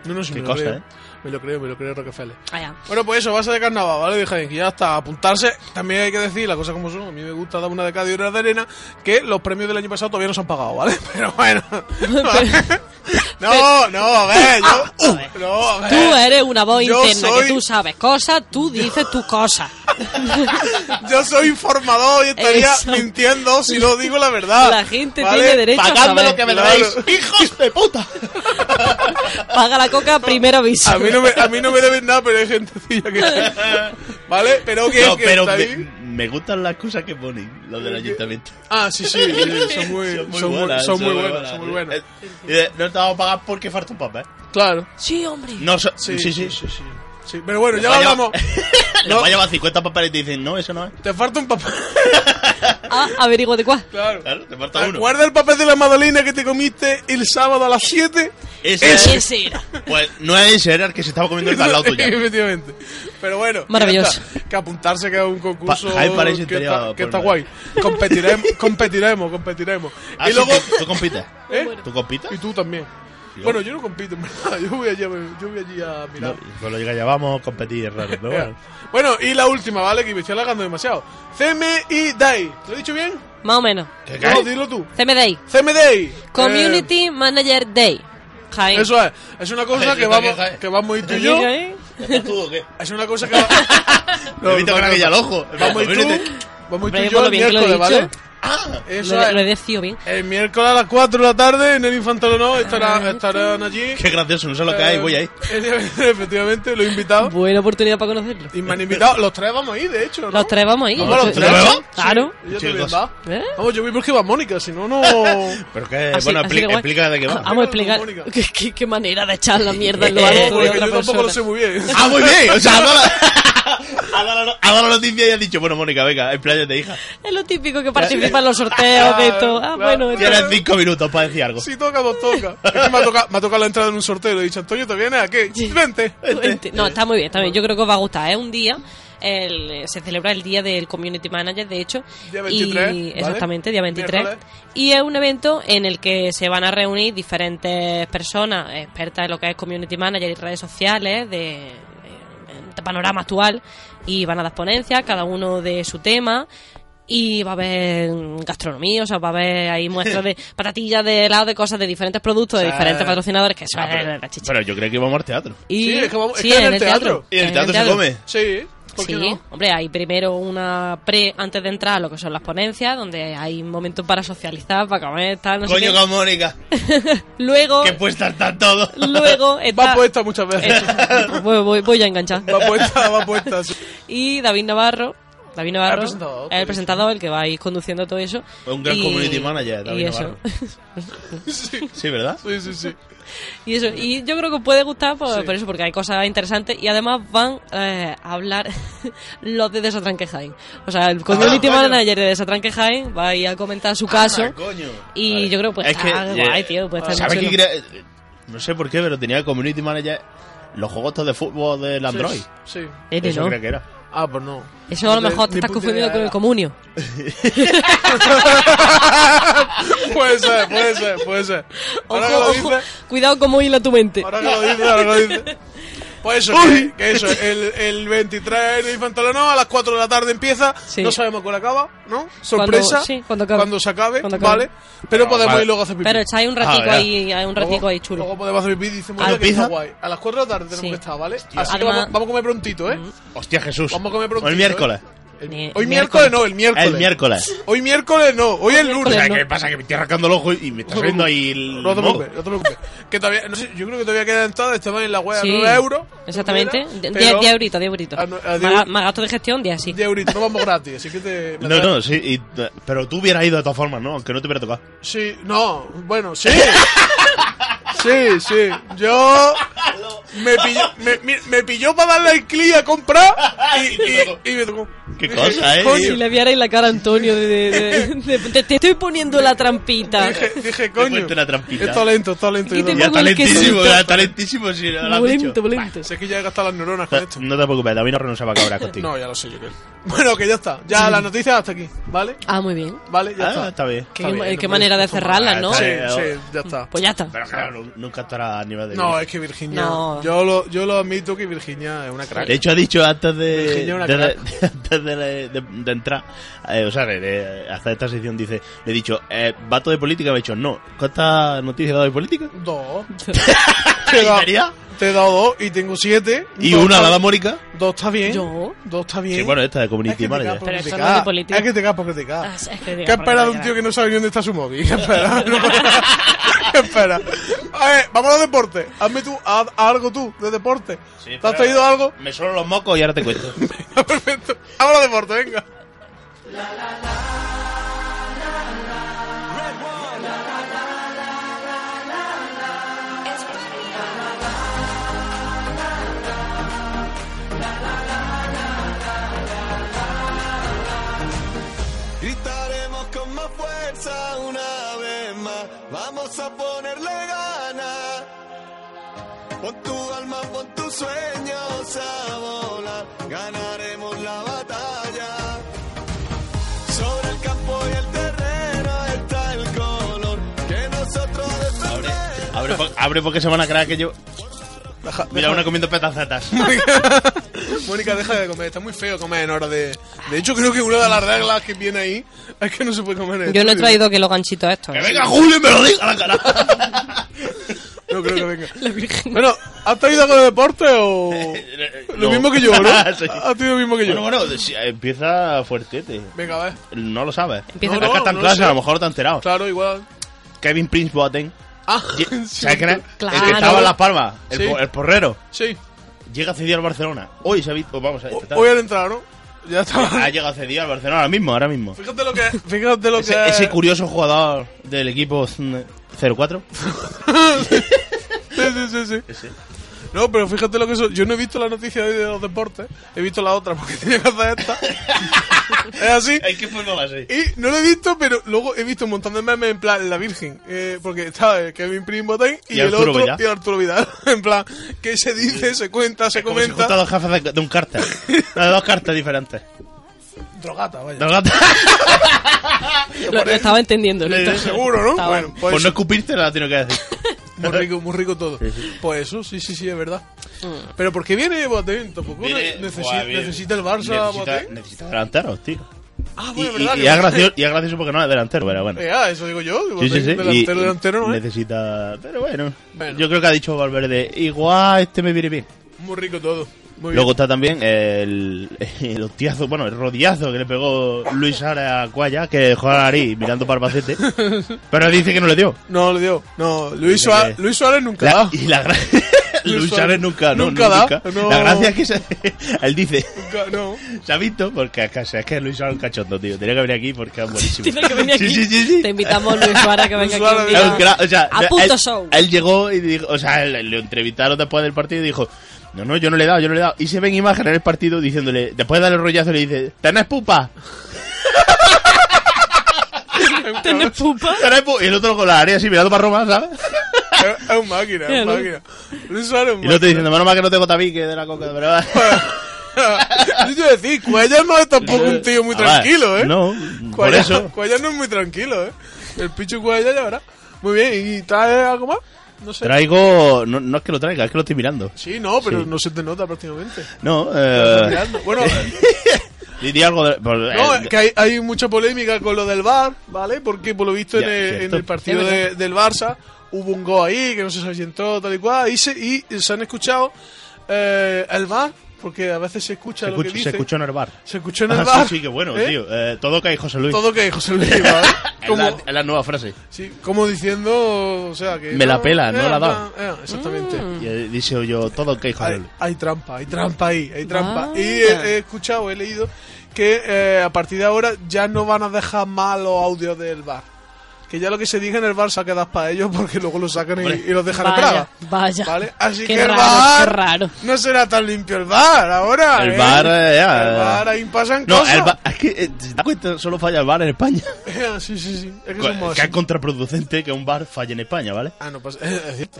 B: No, no, sí,
C: qué
B: me lo
C: cosa,
B: creo.
C: ¿eh?
B: Me lo creo, me lo creo, Rockefeller.
D: Vaya.
B: Bueno, pues eso, va a ser de carnaval, ¿vale? Dije, que ya está, apuntarse. También hay que decir las cosas como son. A mí me gusta dar una de cada y una de arena, que los premios del año pasado todavía no se han pagado, ¿vale? Pero bueno. no, no, a ver, yo. uh,
D: A ver.
B: no, a ver.
D: Ah, Tú eh. eres una voz
B: Yo
D: interna
B: soy-
D: que tú sabes cosas, tú dices tus cosas.
B: Yo soy informador y estaría
D: Eso.
B: mintiendo si no digo la verdad.
D: La gente
B: ¿vale?
D: tiene derecho a
C: Pagando lo
D: saber.
C: que me
B: Claro.
C: debéis, hijos de puta.
D: Paga la coca primero aviso.
B: A mí no me, a mí no me deben nada, pero hay gente que. ¿Vale? Pero que.
C: No,
B: que
C: pero
B: está
C: me,
B: ahí.
C: me gustan las cosas que ponen, los del ayuntamiento.
B: Ah, sí, sí, sí, son muy, son muy, son muy buenas, son muy buenas.
C: Eh, eh, no te vamos a pagar porque falta un papel.
B: Claro.
D: Sí, hombre.
C: No, so-
B: Sí,
C: sí, sí, sí.
B: sí. Sí, pero bueno, ya
C: Vaya-
B: hablamos.
C: Les va a llevar 50 papeles y te dicen, no, eso no es.
B: Te falta un papel.
D: Ah, averigua de cuál.
B: Claro.
C: Claro, te falta uno.
B: Recuerda el papel de la Madalena que te comiste el sábado a las 7.
C: Ese, es-
D: Ese era.
C: Pues no es ese, era el que se estaba comiendo el de al lado tuyo.
B: Efectivamente. Pero bueno.
D: Maravilloso.
B: ya está. Que apuntarse que es un concurso
C: Pa- Jaime parece
B: que,
C: interior,
B: está, que está
C: porno.
B: guay. Competiremos, competiremos, competiremos.
C: Ah,
B: y
C: sí,
B: luego...
C: tú, tú compites.
B: ¿Eh?
C: ¿Tú compites?
B: Y tú también.
C: Yo.
B: Bueno, yo no compito, en verdad. Yo voy allí, a- yo voy allí a mirar.
C: No, cuando llega ya vamos a competir raro, pero bueno.
B: Bueno, y la última, ¿vale? Que me estoy alargando demasiado. CMI Day. ¿Lo he dicho bien?
D: Más o menos.
C: ¿Qué, qué?
B: No, dilo tú.
D: CMDI.
B: CMI Day.
D: Community Manager Day.
B: Eh,
D: Jaén. eh?
B: eso es. Es una cosa
C: Eso
B: que
C: está
B: vamos,
C: bien, Jaén.
B: que vamos a ir tú y
D: Sí,
B: yo.
D: Jaén.
C: ¿Estás tú o qué?
B: Es una cosa que va...
C: He visto con
B: no,
C: aquella
B: no.
C: ojo.
B: Vamos a ir tú.
C: Community.
B: Vamos a
D: Hombre,
B: ir tú y
D: por
B: yo
D: lo
B: el
D: bien que lo he
B: miércoles, ¿vale?
D: dicho.
C: Ah,
B: Eso
D: Lo, lo he
B: es.
D: decidido bien.
B: El miércoles a las 4 de la tarde en el Infantaronó
D: Ah.
B: estarán, estarán allí. Eh,
C: qué gracioso, no sé lo que hay, voy ahí.
B: Efectivamente, lo he invitado.
D: Buena oportunidad para conocerlo.
B: Y me han invitado. Los tres vamos a ir, de hecho. ¿no?
D: Los tres vamos a ir.
B: Vamos los
C: tres?
B: ¿no?
D: Claro.
B: Sí, yo
C: Chicos.
B: también va.
D: ¿Eh?
B: Vamos, yo voy porque va Mónica, si no, no.
C: Pero que,
D: Así-
C: bueno,
D: así
C: expli-
D: de guay. Ah,
C: explica de qué va.
D: Vamos a explicar
B: Mónica.
D: qué, qué- qué manera de echar la mierda en lo
B: No,
D: alto de
B: Eh, porque
D: otra
B: yo tampoco lo sé
D: persona.
B: muy bien.
C: Ah, muy bien. O sea, ha dado la, ha dado la- ha dado la noticia y ha dicho, bueno, Mónica, venga, expláyate, hija.
D: Es lo típico que participa en los sorteos de esto. Ah,
B: Claro.
D: bueno. entonces-
C: Tienes cinco minutos para decir algo.
B: Si toca, pues toca. Es que me ha tocado, me ha tocado la entrada en un sorteo. Le he dicho, Antonio, ¿te vienes a qué? Vente. Este.
D: Enti- No, está muy bien, está muy bien. Yo creo que os va a gustar. Es un día, el- eh, se celebra el día del Community Manager, de hecho.
B: Día 23,
D: y,
B: ¿vale?
D: Exactamente, día 23.
B: Miércoles.
D: Y es un evento en el que se van a reunir diferentes personas expertas en lo que es Community Manager y redes sociales, de, de panorama actual, y van a dar ponencias, cada uno de su tema. Y va a haber gastronomía, o sea, va a haber ahí muestras de patatillas, de helado, de cosas, de diferentes productos, de
B: O sea,
D: diferentes patrocinadores, que eso
C: Ah,
D: es la
C: pero,
D: chicha.
C: pero yo creo que íbamos al teatro.
D: Y,
B: Sí, es que vamos- es que en el teatro.
D: Eh,
C: Y en el teatro se come.
B: Sí, ¿por qué
D: Sí,
B: no?
D: hombre, hay primero una pre antes de entrar a lo que son las ponencias, donde hay momentos para socializar, para comer, tal, no sé
C: Coño,
D: qué.
C: con Mónica.
D: Luego,
C: Que puesta está todo.
D: luego
B: Va
D: está...
B: puesta muchas veces.
D: Eso, voy, voy, voy a enganchar.
B: Va puesta, va puesta. sí.
D: Y David Navarro David Navarro
B: Ah, el
D: es
B: presentador,
D: el
B: qué
D: presentador, el que va a ir conduciendo todo eso.
C: Un gran community manager, David
D: y eso.
C: Navarro.
B: Sí,
C: Sí, ¿verdad?
B: sí, sí. sí.
D: Y eso, y yo creo que puede gustar por,
B: Sí.
D: por eso, porque hay cosas interesantes y además van eh, a hablar los de Desatranque Jaén. O sea,
B: Ah,
D: el community
C: vaya.
D: manager de Desatranque Jaén va a ir a comentar su caso.
C: Ah, coño.
D: Y
C: Vale.
D: yo creo pues,
C: Es que,
D: está
C: ya-
D: guay, tío, pues, puede estar
C: ¿Sabes
D: muy
C: qué
D: chulo.
C: quería? No sé por qué, pero tenía el community manager los juegos estos de fútbol del Android.
B: Sí.
D: Ere,
C: Eso
D: Eh, ¿no?
C: creo que era.
B: Ah, pues no.
D: Eso a lo
B: Ni-
D: mejor
B: ni
D: te estás
B: puta
D: confundiendo
B: idea
D: con el
B: era.
D: comunio.
B: Puede ser, puede ser, puede ser. Ahora que
D: Ojo,
B: lo
D: ojo.
B: dices,
D: Cuidado cómo hila tu mente.
B: ahora que lo dices, ahora que lo dices. Pues eso, que, que eso, el, el 23 en el Infantolano a las 4 de la tarde empieza,
D: Sí.
B: no sabemos cuándo acaba, ¿no? Sorpresa,
D: Cuando- sí, cuando acabe.
B: se acabe,
D: Cuando acabe.
B: vale, pero
C: Ah,
B: podemos
C: vale.
B: ir luego a hacer pipí.
D: Pero echáis un ratico
C: Ah,
D: ahí, hay un ratico
B: Luego-
D: ahí chulo.
B: Luego podemos hacer pipí, dicen,
C: Ah,
B: bueno, que está
C: ¿empieza?
B: guay. A las 4 de la tarde tenemos
D: Sí.
B: que estar, ¿vale? Así que
D: Además-
B: vamos, vamos a comer prontito, ¿eh?
C: Hostia, Jesús.
B: Vamos a comer prontito.
C: El miércoles.
B: ¿eh? El-
D: Ni-
B: hoy miércoles
D: el miércoles.
B: no, el miércoles.
C: El miércoles.
B: Hoy miércoles no, hoy es
C: O
B: lunes.
C: sea,
D: no.
C: ¿qué pasa? Que me estoy arrancando el ojo y y me está saliendo ahí el...
B: No te
C: moco.
B: preocupes, no te preocupes. Que todavía, no sé, yo creo que todavía queda entrada, estaba en la web a
D: Sí,
B: 9 euros.
D: Exactamente.
B: Pero
D: 10 euritos, 10 euritos.
B: A no- a diez-
D: Más más gasto de gestión, 10 así.
B: 10 euritos, no vamos gratis, así que te...
C: No, no, sí. y- pero tú hubieras ido de todas formas, ¿no? Aunque no te hubiera tocado.
B: Sí, no, bueno, sí. Sí, sí. Yo me pilló, me, me- me pilló para darle al clic a comprar y, y- y me tocó.
C: Qué cosa, ¿eh?
D: Si le vierais la cara a Antonio de, de- de- de- de- te estoy poniendo la trampita.
B: Dije, dije
C: Te he
B: coño.
C: puesto una trampita.
B: Está lento, está lento.
D: Y
B: yo
D: te
B: también.
C: Ya
D: pongo el
C: talentísimo,
D: quesito.
C: ya talentísimo si no lo has dicho.
D: Volento, volento.
B: Sé que ya he gastado las neuronas con
C: No
B: esto.
C: no te preocupes, David no se va a cabrar contigo.
B: No, ya lo sé yo que. Bueno, que ya está. Ya las noticias hasta aquí, ¿vale?
D: Ah, muy bien.
B: Vale, ya
C: Ah,
B: está.
C: está bien.
D: Qué,
B: Está bien,
D: eh, qué
B: no
D: manera de
B: puedes
D: cerrarla, ¿no?
C: tomar,
B: Sí,
C: Eh,
B: sí, ya está.
D: Pues ya está.
C: Pero claro, nunca estará a nivel de...
B: No, es que Virginia.
D: No.
B: Yo, lo, yo lo admito que Virginia es una crack.
C: De hecho, ha dicho antes de,
B: Virginia, una
C: de-
B: crack.
C: de- antes de, de- de entrar, eh, o sea, de, de hacer esta sesión, dice, le he dicho, eh, ¿vato de política? Me ha dicho, no. ¿Cuántas noticias he dado de política?
B: Dos.
C: ¿Qué
B: te, he dado-
C: barbaridad?
B: te he dado dos y tengo siete.
C: Y
B: Dos
C: una
B: está-
C: la da Mónica.
B: Dos está bien.
D: Yo.
B: Dos está bien.
C: Sí, bueno, esta de
B: es
C: Community
B: que te cagas
C: Manager.
B: por
D: Pero esto no es de
B: criticar.
D: política.
B: Es que te cagas por criticar.
D: Ah, es que diga,
B: ¿Qué espera de
D: porque-
B: un tío que no sabe ni dónde está su móvil? ¿Qué espera? No, ¿Qué espera? A ver, vamos al deporte. Hazme tú, haz algo tú de deporte.
C: Sí,
B: ¿Te has
C: pero-
B: traído algo?
C: Me solo los mocos y ahora te cuento.
B: Perfecto. Vamos al deporte, venga.
F: Gritaremos con más fuerza una vez más. Vamos a ponerle ganas. Pon tu alma, pon tus sueños a volar. Ganaremos la batalla. Sobre el campo y el terreno está el color que nosotros defendemos.
C: Abre, po- abre porque se van a creer que yo...
B: Deja-
C: Mira,
B: deja-
C: una comiendo petacetas.
B: Mónica, deja de comer. Está muy feo comer en hora de... De hecho, creo que una de las reglas que viene ahí es que no se puede comer en el
D: Yo no he
B: estudio.
D: traído que los ganchitos estos.
C: ¡Que venga Julio y me lo diga a la cara!
B: No creo que venga.
D: La Virgen.
B: Bueno, ¿has traído algo de deporte o...? Lo
C: No. Ah,
B: mismo que yo, ¿no?
C: Sí.
B: Has traído lo mismo que yo.
C: Bueno, bueno, si- empieza fuertete.
B: Venga, a ver.
C: No lo sabes.
D: Empieza
B: No,
C: Acá está en
B: no lo
C: clase,
B: sé.
C: a lo mejor te has enterado.
B: Claro, igual.
C: Kevin Prince Boateng.
B: Ah,
C: Lle-
B: sí.
C: ¿Sabes quién es? El
D: Claro.
C: que estaba en Las Palmas, el,
B: Sí.
C: po- el porrero.
B: Sí.
C: Llega cedido al Barcelona. Hoy se ha visto, pues vamos a
B: O- Hoy han entrado, ¿no? Ya
C: Ha
B: está.
C: llegado cedido al Barcelona ahora mismo, ahora mismo.
B: Fíjate lo que... Fíjate lo
C: Ese,
B: que...
C: ese curioso jugador del equipo mm, 04.
B: Sí, sí, sí, sí. No, pero fíjate lo que eso. Yo no he visto la noticia hoy de los deportes. He visto la otra porque tenía que hacer esta. es así.
C: Hay que ponerlo así.
B: Y no lo he visto, pero luego he visto un montón de memes en plan la Virgen. eh, porque está el Kevin Primo y,
C: Y
B: el
C: Arturo
B: otro
C: Vidal.
B: y Arturo Vidal. en plan, que se dice, se cuenta, se
C: Como si
B: comenta.
C: juntan dos jefes de, de un cartel. No, de dos cartas diferentes.
B: Drogata, vaya.
C: Dos cartas.
D: Lo, lo estaba entendiendo. lo estaba-
B: Seguro, ¿no?
D: estaba-
B: Bueno,
C: Por
B: pues
C: no escupirte, la tengo que decir.
B: muy rico, muy rico todo. Pues eso, sí, sí, sí, es verdad. Pero ¿por qué viene Boateng? Tampoco
C: Viene-
B: necesita,
C: buah, viene-
B: necesita el Barça
C: Necesita,
B: Boateng.
C: necesita delanteros, tío.
B: Ah,
C: Y,
B: bueno, es
C: y-
B: verdad.
C: y
B: que-
C: es gracioso, y es gracioso porque no es delantero, pero bueno.
B: Eh, ah, eso digo yo.
C: Sí, sí, sí.
B: Boateng, Delantero,
C: Y-
B: delantero, ¿no? eh?
C: Necesita. Pero bueno.
B: Bueno.
C: Yo creo que ha dicho Valverde. Igual este me viene bien.
B: Muy rico todo. Muy
C: Luego está también el, el hostiazo, bueno, el rodillazo que le pegó Luis Sara a Cuaya, que juega a Ari mirando para Albacete. pero dice que no le dio.
B: bien. No, le dio. No, Luis,
C: Dice
B: Suárez,
C: que-
B: Luis Suárez nunca.
C: La-
B: va.
C: y la gran, Luchar es nunca, no,
B: Nunca
C: no,
B: da,
C: nunca.
B: no.
C: La gracia es que se- él dice,
B: Nunca, no.
C: ¿se ha visto? Porque es que, es que Luis Suárez es un cachondo, tío. Tenía que venir aquí porque es buenísimo.
D: Tiene que venir aquí.
C: Sí, sí, sí, sí.
D: Te invitamos, Luis Suárez, que venga
B: Luis Suárez,
D: aquí. un
C: Es un
D: día.
C: cra- o sea,
D: a punto
C: él,
D: show.
C: él llegó y dijo, o sea, le, le entrevistaron después del partido y dijo, no, no, yo no le he dado, yo no le he dado. Y se ven imágenes en el partido diciéndole, después de darle el rollazo le dice, ¿tenés pupa?
D: ¿Tenés pupa?
C: ¿Tenés pupa? Y el otro con la área así mirando para Roma, ¿sabes?
B: Es, es un máquina, es un
D: Míralo.
B: máquina. Luis Suárez es un
C: Y el otro
B: máquina.
C: diciendo, menos mal que no tengo tabique de la coca, pero...
B: Yo te iba a decir, Cuellar no es tampoco un tío muy
C: A ver,
B: tranquilo, ¿eh?
C: Ah, No, por
B: Cuellar-
C: eso.
B: Cuellar no es muy tranquilo, ¿eh? El pichu Cuellar ya verá. Muy bien, ¿y trae algo más? No sé.
C: Traigo... No, no es que lo traiga, es que lo estoy mirando.
B: Sí, no, pero no se te nota prácticamente.
C: No,
B: Estás
C: eh...
B: mirando. Bueno,
C: Diría algo de... por-
B: no,
C: eh,
B: es que hay, hay mucha polémica con lo del VAR, ¿vale? Porque por lo visto
C: Ya,
B: en, el,
C: cierto.
B: en el partido
D: Es verdad.
B: de- del Barça hubo un gol ahí que no se salientó, tal y cual, y se, y se han escuchado eh, el VAR, porque a veces se escucha
C: se,
B: lo
C: escuchó,
B: que
C: se
B: dice.
C: escuchó en el bar.
B: Se escuchó en el
C: Ah,
B: VAR.
C: sí, sí, qué bueno,
B: ¿eh?
C: tío. Eh, todo cae José Luis.
B: Todo que dijo José Luis, ¿vale?
C: Es
B: Como-
C: la, es la nueva frase.
B: Sí, como diciendo, o sea, que...
C: Me la pela, no
B: eh,
C: la da.
B: eh, exactamente.
D: Mm.
C: Y eh, dice yo, todo que hijo de
B: Hay,
C: él.
B: hay trampa, hay trampa ahí, hay trampa.
D: Ah.
B: Y he, he escuchado, he leído que eh, a partir de ahora ya no van a dejar más los audios del bar. Que ya lo que se diga en el bar se ha quedado para ellos porque luego lo sacan y,
C: Hombre.
B: y los dejan en
D: Vaya,
B: Praga.
D: vaya.
B: ¿Vale? Así
D: Qué
B: que el
D: raro,
B: bar
D: qué raro.
B: no será tan limpio el bar ahora.
C: El
B: ¿eh?
C: bar, eh, ya.
B: el bar ahí pasan
C: No,
B: cosas.
C: el bar, es que, eh, si te das cuenta, solo falla el bar en España.
B: sí, sí, sí. Es que somos
C: Que es
B: así.
C: contraproducente que un bar falle en España, ¿vale?
B: Ah, no pasa. es cierto.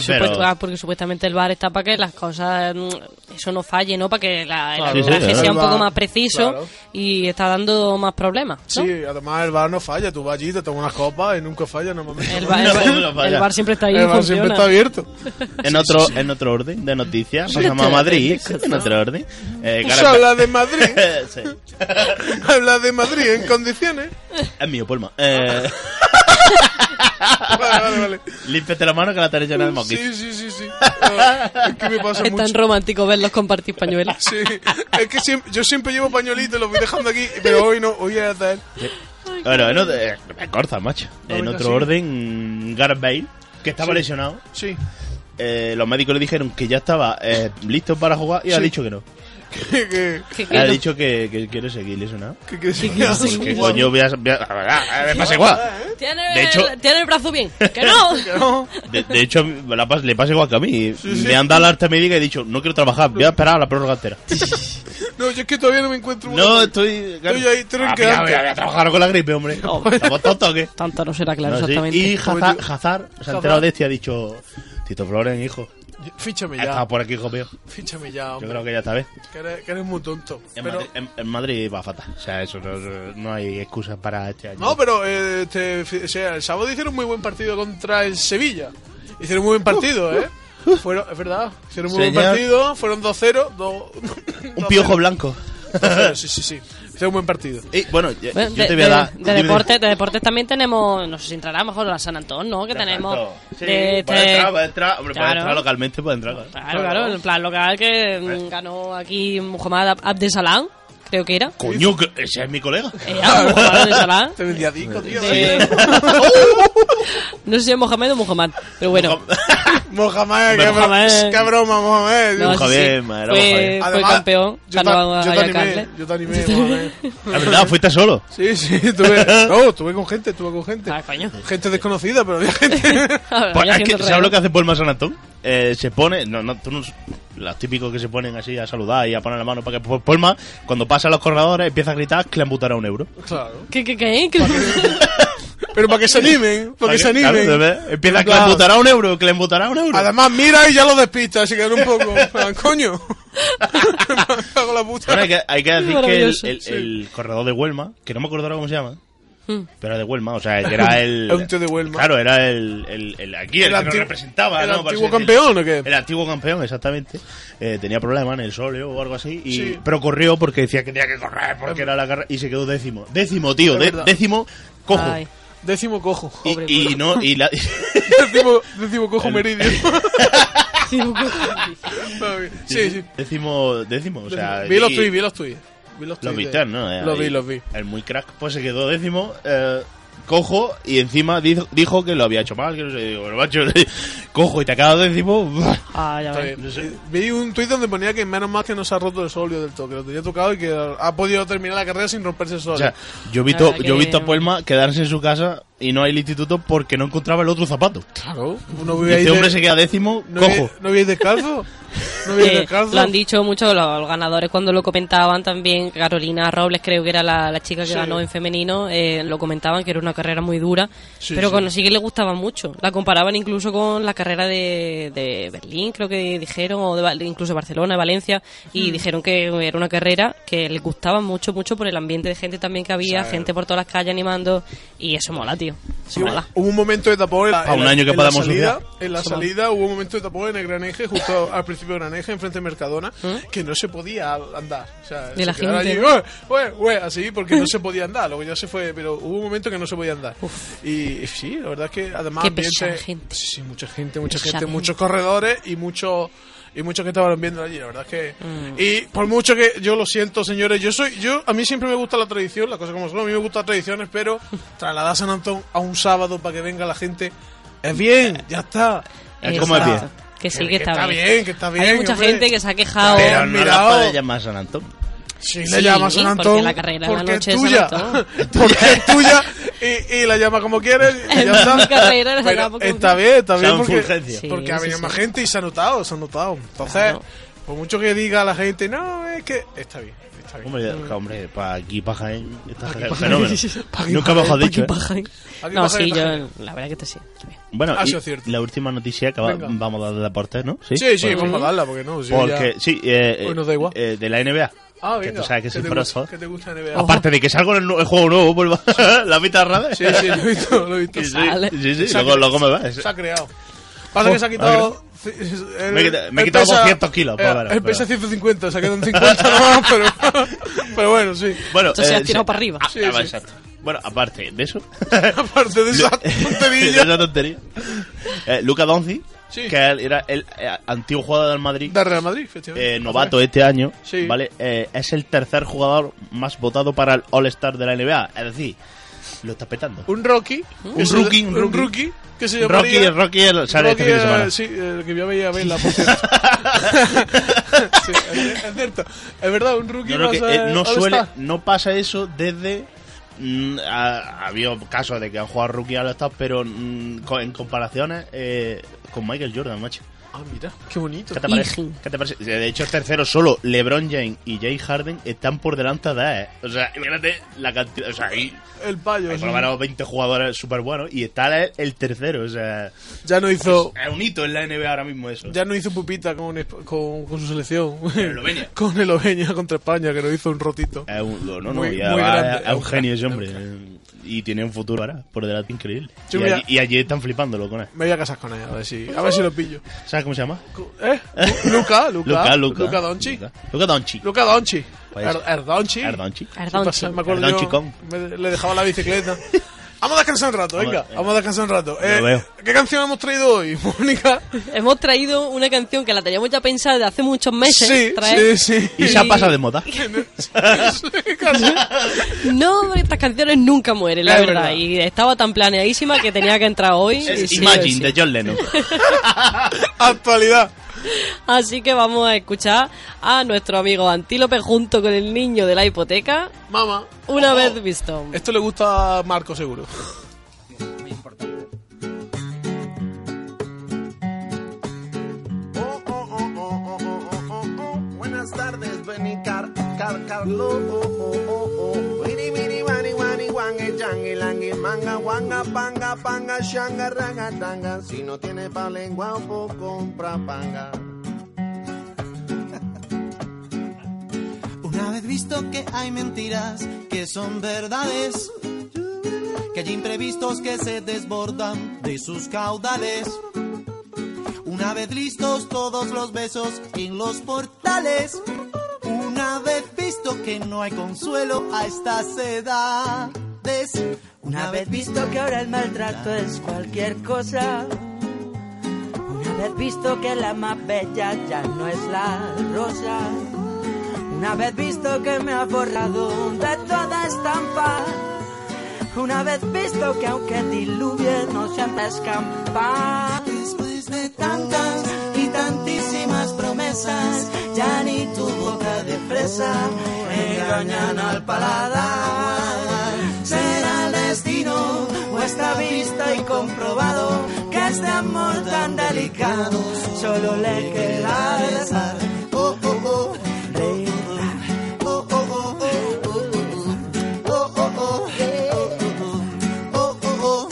D: Supuesto-
C: Pero,
D: ah, porque supuestamente el bar está para que las cosas, mm, eso no falle, ¿no? Para que
B: Claro.
D: la, el
C: Sí, sí,
D: arbitraje
C: claro.
D: sea un
B: El
D: poco
B: VAR,
D: más preciso
B: claro.
D: y está dando más problemas. ¿no?
B: Sí, además el bar no falla. Tú vas allí, te tomas unas copas y nunca falla normalmente.
D: El bar,
C: No,
D: el bar-
C: no falla.
D: el bar siempre está ahí.
B: El bar
D: funciona.
B: siempre está abierto.
C: en otro, en otro orden de noticias, pasamos a Madrid. En otro orden. Eh,
B: Pues
C: cara-
B: habla de Madrid.
C: Sí.
B: habla de Madrid en condiciones.
C: Es mío, Polma. Eh,
B: Vale, vale, vale.
C: límpiate la mano que la tarea llena de moquis.
B: Sí, sí, sí, sí. Ah, Es que me pasa
D: Es tan
B: mucho.
D: romántico verlos compartir pañuelos.
B: Sí, es que siempre- yo siempre llevo pañuelitos y los voy dejando aquí, pero hoy no, hoy es de él.
C: Bueno, en otro, eh, me corta, macho.
B: No,
C: en
B: venga,
C: otro
B: sí.
C: orden, mm, Gareth Bale, que estaba
B: Sí.
C: lesionado.
B: Sí,
C: eh, los médicos le dijeron que ya estaba eh, listo para jugar y ha
B: Sí.
C: dicho que no.
B: que, que,
D: Que- que
C: Ha
D: no-
C: dicho que, que quiere seguir lesionado.
B: que, que-
D: que-
C: Que
B: Guau.
C: coño voy a... voy a- ah, me pasa igual.
D: ¿Tiene,
C: de hecho-
D: el, tiene el brazo bien. ¡Que no!
B: Que no.
C: De, de hecho, me la pas- le pasa igual que a mí.
B: sí.
C: Me han dado la arte médica y he dicho, no quiero trabajar, voy a esperar a la prórroga entera.
B: No, yo es que todavía no me encuentro.
C: No, estoy...
B: Estoy ahí, tengo
C: Ah,
B: que
C: mira,
B: antes.
C: mira, voy a trabajar con la gripe, hombre. ¿Estamos tontos o qué?
D: Tanto no será claro,
C: No, sí.
D: exactamente.
C: Y
B: Joder,
C: Hazard, Hazard se ha
B: Hazard.
C: enterado de este y ha dicho, Tito Flores, hijo,
B: Fíchame
C: ha
B: ya,
C: estado por aquí, hijo mío.
B: fíchame ya,
C: Yo
B: hombre,
C: creo que ya está bien.
B: que eres, que eres muy tonto.
C: En,
B: Pero,
C: Madrid, en- en Madrid va fatal. O sea, eso no, no- no hay excusas para este año.
B: No, pero eh, este, fi- o sea, el sábado hicieron muy buen partido contra el Sevilla. Hicieron muy buen partido, ¿eh? Fueron, es verdad, hicieron muy buen
C: Señor.
B: partido, fueron 2-0, dos-
C: Un
B: 2-0,
C: piojo blanco.
B: 2-0, sí, sí, sí. Hicieron buen partido.
C: Y, bueno, yo,
D: Bueno,
C: yo
D: de,
C: te voy a
D: de-
C: dar...
D: de
C: yo te voy a-
D: deportes, de deportes también tenemos, no sé si entrará a lo mejor la San Antón, ¿no? Que
C: Exacto.
D: tenemos.
C: Sí,
D: de
C: puede
D: este-
C: entrar, puede entrar. Hombre, puede
D: Claro.
C: entrar localmente, puede entrar.
D: Claro, claro, en plan local que mm,
C: Pues.
D: ganó aquí Muhammad Ab- Abdesalam, creo que era.
C: Coño, que ese es mi colega.
D: Eh, ah, Muhammad Abdesalam.
B: Te vendía disco, tío. ¿eh?
D: De- no sé si es Mohamed o Muhammad, pero bueno.
B: Mohamed, qué,
D: Mohamed.
B: bro- qué broma, Mohamed.
D: No, sí,
C: Javier,
D: sí.
C: madre,
D: Fue,
C: Javier.
D: fue
B: Además,
D: campeón,
B: yo,
D: ganó
B: ta-
D: a
B: yo te animé,
D: Ayacarle.
B: yo te animé, Mohamed.
C: La verdad, fuiste solo.
B: Sí, sí, tuve, no, tuve con gente, tuve con gente.
D: Ah, coño.
B: Gente desconocida, pero había gente.
D: Ahora,
C: Pues,
D: ya
C: es que,
D: haciendo
C: ¿Sabes lo
D: reloj.
C: que hace Paul San Antón? Eh, se pone, no, no, tú no, los típicos que se ponen así a saludar y a poner la mano para que pues, Paul- Polma, cuando pasa a los corredores, empieza a gritar que le amputará un euro.
B: Claro.
D: ¿Qué, qué, qué? qué?
B: Pero para que se animen, para que se
C: Claro,
B: animen.
C: ¿ves? empieza que le
B: Claro.
C: amputará un euro, que le amputará un euro.
B: Además, mira y ya lo despista, así que era un poco. en plan, Coño. Me cago en la puta.
C: Bueno, hay que, hay que decir que el,
D: Maravilloso,
C: el-
B: sí.
C: el corredor de Huelma, que no me acuerdo ahora cómo se llama,
D: Mm.
C: pero de Huelma, o sea, que era el...
B: Es un tío de Huelma.
C: Claro, era el... el, el- aquí, el,
B: El
C: que nos
B: anti-
C: representaba,
B: el
C: ¿no? Por así
B: antiguo
C: decirlo.
B: campeón, eh. ¿o qué?
C: El antiguo campeón, exactamente. Eh, tenía problemas en el sóleo o algo así, y,
B: Sí.
C: pero corrió porque decía que tenía que correr, porque era la carrera, y se quedó décimo. Décimo, tío,
B: Es
C: de-
B: verdad.
C: décimo, cojo.
D: Ay.
B: Décimo cojo.
C: Y- y, no, y la...
B: Décimo, décimo cojo meridio. sí, sí.
C: Décimo, décimo, o sea...
B: vi los
C: y-
B: tweets, vi los tweets. Vi los
C: Los
B: tweets
C: viste,
B: de-
C: ¿no? Eh,
B: Los vi,
C: ahí.
B: los vi.
C: El muy crack, pues se quedó décimo. eh, cojo y encima di- dijo que lo había hecho mal, que no sé, digo, pero macho, cojo y te acabas de decir,
D: Ah, ya
B: Está
D: ves.
B: bien.
C: no sé.
B: Eh, Vi un tuit donde ponía que menos mal que no se ha roto el solio del todo, que lo tenía tocado y que ha podido terminar la carrera sin romperse el solio.
C: O sea, yo he
D: La
C: visto,
D: verdad
C: yo he
D: que-
C: visto a Puelma quedarse en su casa y no ir al instituto porque no encontraba el otro zapato.
B: claro, no
C: Y
B: voy a
C: este
B: ir
C: hombre
B: de-
C: se queda décimo,
B: ¿No
C: cojo.
B: vi- ¿No veis descalzo? ¿No veis
D: Eh,
B: descalzo?
D: lo han dicho mucho los, los ganadores cuando lo comentaban también. Carolina Robles, creo que era la, la chica que
B: Sí.
D: ganó en femenino, eh, lo comentaban que era una carrera muy dura,
B: Sí,
D: pero
B: sí.
D: cuando sí que le gustaba mucho. La comparaban incluso con la carrera de, de Berlín, creo que dijeron, o de, Val- incluso Barcelona, Valencia,
B: Mm.
D: y dijeron que era una carrera que les gustaba mucho, mucho por el ambiente de gente también que había, gente por todas las calles animando, y eso mola, tío. Eso
B: Sí, hubo,
D: mola.
B: hubo un momento de tapón en la,
C: Pa'
B: en
C: un
B: la-
C: año que
B: en la
C: paramos
B: salida,
C: sociedad.
B: en la
D: Eso va.
B: salida hubo un momento de tapón en el Graneje, justo al principio de Graneje, enfrente de Mercadona, que no se podía andar. O sea,
D: ¿Mm? De
B: se
D: la
B: quedaron
D: gente,
B: allí,
D: ¿no?
B: "Ué, ué, ué", así, porque no se podía andar. Luego ya se fue, pero hubo un momento que no se podía andar. Y sí, la verdad es que además...
D: Qué
B: ambiente-
D: pesada gente.
B: Sí, sí, mucha gente, mucha
D: Pesada
B: gente,
D: gente.
B: muchos corredores y muchos... Y muchos que estaban viendo allí, la verdad es que... Y por mucho que yo lo siento, señores, yo soy... yo A mí siempre me gusta la tradición, las cosas como son, a mí me gustan las tradiciones, pero trasladar San Antón a un sábado para que venga la gente... Es bien, ya está.
C: Es como el pie.
D: Exacto. Que sí, que, está, bien.
B: que está bien.
D: Hay mucha
B: hombre.
D: gente que se ha quejado.
B: Pero
C: Pero no la
B: mirado.
C: puede llamar San Antón.
B: Sí,
D: Sí,
B: le llama San
D: porque
B: Antón.
D: la carrera en la
B: porque
D: noche
B: es
D: de San
B: tuya.
D: Antón.
B: porque es tuya. Y, y la llama como quieres. y ya
D: mi
B: está.
D: carrera la
B: Pero
D: llamo como
B: está bien, está bien.
C: San
B: Porque,
C: Fulgencio.
D: Sí,
B: porque ha
D: sí,
B: venido
D: sí.
B: más gente y se ha notado, se ha notado. Entonces,
D: Claro.
B: por mucho que diga la gente, no, es que está bien. Está bien.
C: Hombre, ya- hombre, pa' aquí, pa' Jaén, está
B: aquí,
C: el
B: Mm. pa'
C: fenómeno.
B: Jaén. Pa' aquí,
C: Nunca
B: pa'
C: mejor
B: Jaén,
C: dicho. ¿eh?
B: Aquí
D: No,
B: pasa
D: sí,
B: que
D: yo,
B: la gente-
D: la verdad que te sí. está bien.
C: Bueno,
B: Ha
C: y
B: sido cierto.
C: la última noticia que va-
B: Venga.
C: vamos a dar de deportes, ¿no?
B: Sí, sí,
C: Bueno,
B: vamos a darla porque no. si
C: Porque,
B: ya-
C: sí, eh,
B: Hoy nos da igual.
C: eh, de la NBA.
B: Ah,
C: que
B: venga.
C: tú sabes que soy
B: te
C: famoso.
B: gusta- que te gusta NBA.
D: Oh.
C: Aparte de que salgo en el, nu- el juego nuevo, vuelvo a- la mitad rara.
B: Sí, sí, lo he visto, lo he visto.
C: Sí, sí,
D: Sale.
C: sí, sí, luego, luego me va. Es-
B: Se ha creado. Pasa que se ha quitado. el-
C: Ah. Me he quitado- me he
B: el
C: quitado
B: pesa-
C: 200 kilos, pues,
B: eh,
C: bueno,
B: El pesa
C: pero-
B: 150, se ha quedado en 50 nomás, pero, pero bueno, sí.
C: Bueno,
D: Entonces has
C: eh,
D: tirado
C: sí.
D: para arriba.
C: Ah,
B: Sí,
C: ah,
B: sí.
C: exacto. Bueno, aparte de eso,
B: Aparte de esa
C: de
B: tontería.
C: esa tontería, eh, Luca Donzi,
B: Sí.
C: que él era el eh, antiguo jugador del Madrid,
B: De Real Madrid, efectivamente.
C: eh, novato este año,
B: Sí.
C: ¿vale? Eh, es el tercer jugador más votado para el All-Star de la NBA. Es decir, lo está petando.
B: Un rookie. que se-
C: rookie, un rookie.
B: que se
C: Rocky,
B: llamaría...
C: el Rocky el- sale este
B: Rocky,
C: fin de
B: eh,
C: semana.
B: sí, el que yo veía a verla, por cierto. sí, es, es cierto. Es verdad, un rookie
C: Yo creo
B: va a
C: que
B: ser
C: eh, no
B: All-Star.
C: suele, no pasa eso desde. mm, ha, ha habido casos de que han jugado rookie a los Stars, pero mm, co- en comparaciones eh, con Michael Jordan, macho.
B: Ah, mira, qué bonito.
C: ¿Qué te parece?
D: Ijín.
C: ¿Qué te parece? De hecho, el tercero solo, LeBron James y Jay Harden están por delante de él. O sea, imagínate la cantidad. O sea, ahí
B: El payo.
C: hay
B: sí.
C: por lo menos 20 jugadores súper buenos y está el, el tercero. O sea, es
B: Ya no hizo...
C: un hito en la NBA ahora mismo eso.
B: Ya no hizo pupita con, Esp- con, con su selección.
C: Eslovenia. Eh.
B: con Eslovenia contra España, que lo hizo un rotito.
C: Es un, no, no,
B: Muy-
C: ya
B: muy
C: va,
B: grande.
C: es un genio ese hombre. Y tiene un futuro ahora, por delante increíble.
B: Yo
C: y,
B: voy a-
C: allí, y allí están flipándolo con él.
B: Me voy a casar con ella, a ver si, a ver si lo pillo.
C: ¿Sabes cómo se llama?
B: ¿Eh? Luca, Luca.
C: Luca, Luca.
B: Luca Donchi.
C: Luca, Luca Donchi.
B: Luca Donchi.
C: Pues-
B: Er, Erdonchi.
C: Erdonchi.
B: ¿Qué pasa? Me acuerdo
C: Erdonchi
B: yo,
C: con.
B: me- le dejaba la bicicleta. Vamos a descansar un rato, venga.
C: venga.
B: Vamos a descansar un rato. Eh,
C: veo.
B: ¿Qué canción hemos traído hoy, Mónica?
D: Hemos traído una canción que la teníamos ya pensada desde hace muchos meses.
B: Sí,
D: traer.
B: sí, sí.
C: Y se ha pasado de moda.
D: No, hombre, estas canciones nunca mueren, la
B: Es
D: verdad.
B: verdad.
D: Y estaba tan planeadísima que tenía que entrar hoy. y
C: Es
D: sí, sí.
C: Imagine de John Lennon.
B: Actualidad.
D: Así que vamos a escuchar a nuestro amigo Antílope junto con el niño de la hipoteca.
B: Mamá.
D: Una
B: Oh,
D: vez visto.
B: Esto le gusta a Marco, seguro.
F: Oh, oh, oh, oh, oh, oh, oh, oh. Buenas tardes, Benny Car, Car, Carlo. Oh, oh, oh, oh. Wiri, wiri, wani, wani, wangi, changi, langi, manga, wanga, panga, panga, shanga, ranga, tanga. Si no tiene pa' lengua, pues compra panga.
G: Una vez visto que hay mentiras que son verdades, que hay imprevistos que se desbordan de sus caudales. Una vez listos todos los besos en los portales. Una vez visto que no hay consuelo a estas edades.
H: Una vez visto que ahora el maltrato es cualquier cosa. Una vez visto que la más bella ya no es la rosa. Una vez visto que me ha borrado de toda estampa. Una vez visto que aunque diluvie no siempre escampa.
G: Después de tantas y tantísimas promesas, ya ni tu boca de fresa engañan al paladar. Será el destino o está visto y comprobado que este amor tan delicado solo le queda besar. Oh, oh, oh. Oh, oh, oh. Oh, oh, oh. Oh, oh, oh.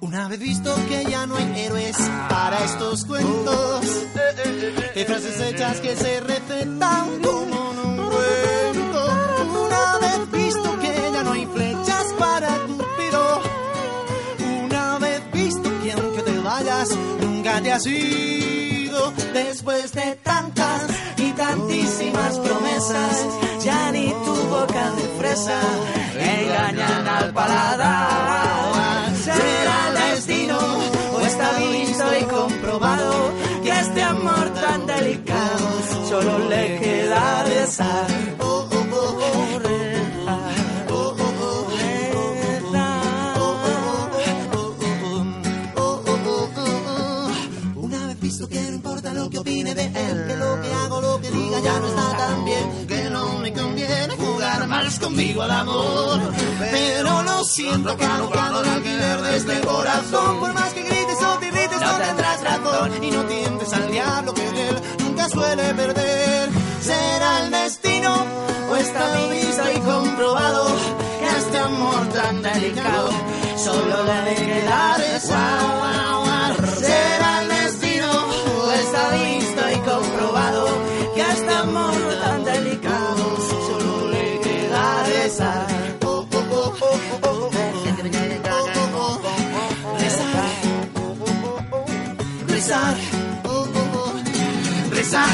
G: Una vez visto que ya no hay héroes para estos cuentos, de frases hechas que se recetan como en un cuento. Una vez visto que ya no hay flechas para tu pido, una vez visto que aunque te vayas, nunca te has ido. Después de tantas y tantísimas promesas, ya ni tu boca de fresa engañan al paladar. Será el destino o está visto y comprobado que este amor tan delicado solo le queda besar. Oh, oh, oh, oh, rezar. Oh, oh, oh, rezar. Oh, oh, oh, oh, oh, oh, oh. Una vez visto que no importa lo que opine de él, que lo que hago, lo que diga ya no está tan bien, que no me conviene jugar más conmigo al amor. Pero no siento que anulado el alquiler de este corazón, por más que grites o te irrites, no tendrás razón. Y no tientes al diablo que de él nunca suele perder. Será el destino o está visto y comprobado que este amor tan delicado solo le queda desaguar. Será el destino o está visto y comprobado que este amor tan delicado solo le queda besar. Oh, oh, oh, oh, oh, oh, oh. Oh, oh, oh. Besar. Rezar. Oh, oh, oh. Rezar. Rezar. Rezar.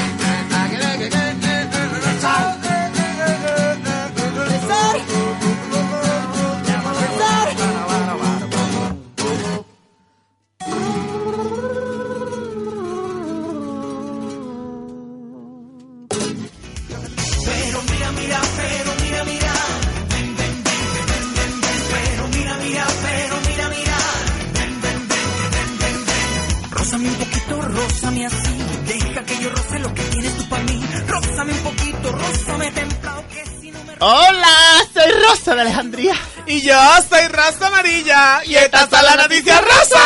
I: Rózame un poquito, rózame así. Deja que yo roce lo que tienes tú para mí. Rózame un poquito, rózame templado que si no me
C: ¡Hola! Soy Rosa de Alejandría.
B: Y yo soy Rosa Amarilla. Y estas son las noticias rosa.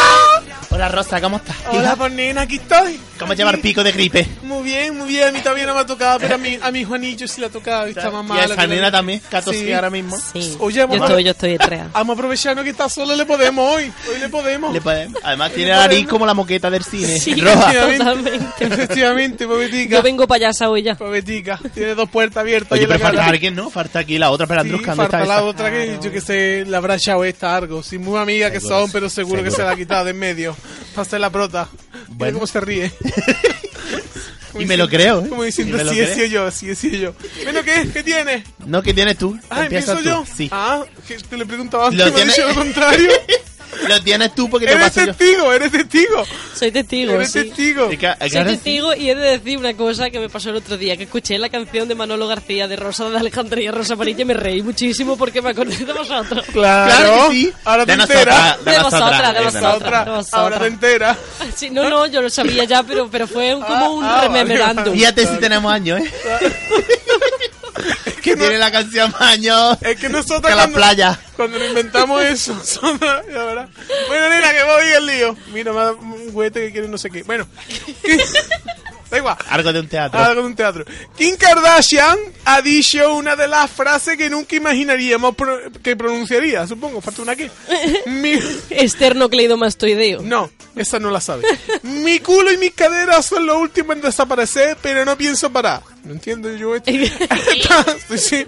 C: Hola, Rosa, ¿cómo estás?
B: Hola, pues nena, aquí estoy.
C: ¿Cómo lleva el pico de gripe?
B: Muy bien, muy bien. A mí también no me ha tocado, pero a mi, a mi Juanillo sí le ha tocado. y Está más
C: y a
B: malo.
C: esa
B: que-
C: nena también, 14
B: Sí.
C: ahora mismo.
D: Sí.
B: Oye,
D: yo
B: mamá.
D: estoy, yo estoy estreada.
B: Vamos aprovechando que está sola, le podemos hoy. Hoy le podemos.
C: Le puede- Además tiene la nariz como la moqueta del cine.
D: Sí,
C: Roja.
D: totalmente.
B: Efectivamente,
D: Yo
B: pobetica.
D: vengo payasa hoy ya.
B: Pobetica. Tiene dos puertas abiertas.
C: Oye,
B: y la
C: pero falta
B: cara-
C: alguien, ¿no? Falta aquí la otra
B: Sí,
C: pelandrusca. ¿dónde
B: falta
C: está
B: la
C: esa?
B: otra que yo que sé, la habrá echado esta algo. Sí, muy amiga que
C: Seguro,
B: son, pero seguro, que se
C: seguro.
B: la ha quitado de en medio. Para hacer la prota. Mira
C: Bueno.
B: cómo se ríe. Como
C: Y me lo
B: diciendo-
C: creo, ¿eh?
B: Como
C: Y
B: diciendo,
C: me lo
B: sí, he
C: creo.
B: sido yo, sí, he sido yo. Bueno, ¿qué? ¿Qué tiene?
C: No, que tienes tú.
B: Ah,
C: Empieza
B: empiezo
C: tú.
B: yo.
C: Sí.
B: Ah, que te le preguntaba antes,
C: Lo
B: me ha
C: tiene-
B: dicho lo contrario.
C: Lo tienes tú porque te
B: eres
C: paso yo.
B: testigo, eres testigo.
D: Soy testigo,
B: Eres
D: sí.
B: testigo.
C: Es que- es que
D: Soy
C: ahora sí.
D: testigo y he de decir una cosa que me pasó el otro día, que escuché la canción de Manolo García de Rosa de Alejandría, Rosa Amarilla, y me reí muchísimo porque me acordé de vosotros.
C: Claro que sí.
B: Ahora te
C: De nosotras,
B: enteras.
D: De vosotras, de
C: eh,
B: Esa
D: vosotras.
B: otra,
D: Nosotras.
B: ahora te enteras.
D: Sí, no, no, yo lo sabía ya, pero, pero fue un- como un
B: Ah, ah,
D: rememorando.
B: vale,
C: Fíjate si tenemos años, ¿eh?
B: que no- Eh,
C: Tiene la canción más años
B: Es que nosotros
C: que la
B: cuando,
C: playa.
B: cuando nos inventamos eso, son- la verdad. Bueno, nena, que voy el lío. Mira, me ha dado un juguete que quiere no sé qué. Bueno, da igual.
C: Algo de un teatro.
B: Algo de un teatro. Kim Kardashian ha dicho una de las frases que nunca imaginaríamos pro- que pronunciaría, supongo. Falta una aquí. Mi-
D: Esternocleidomastoideo.
B: No, esa no la sabe. Mi culo y mis caderas son lo último en desaparecer, pero no pienso parar. No entiendo yo esto. Esta- sí, sí.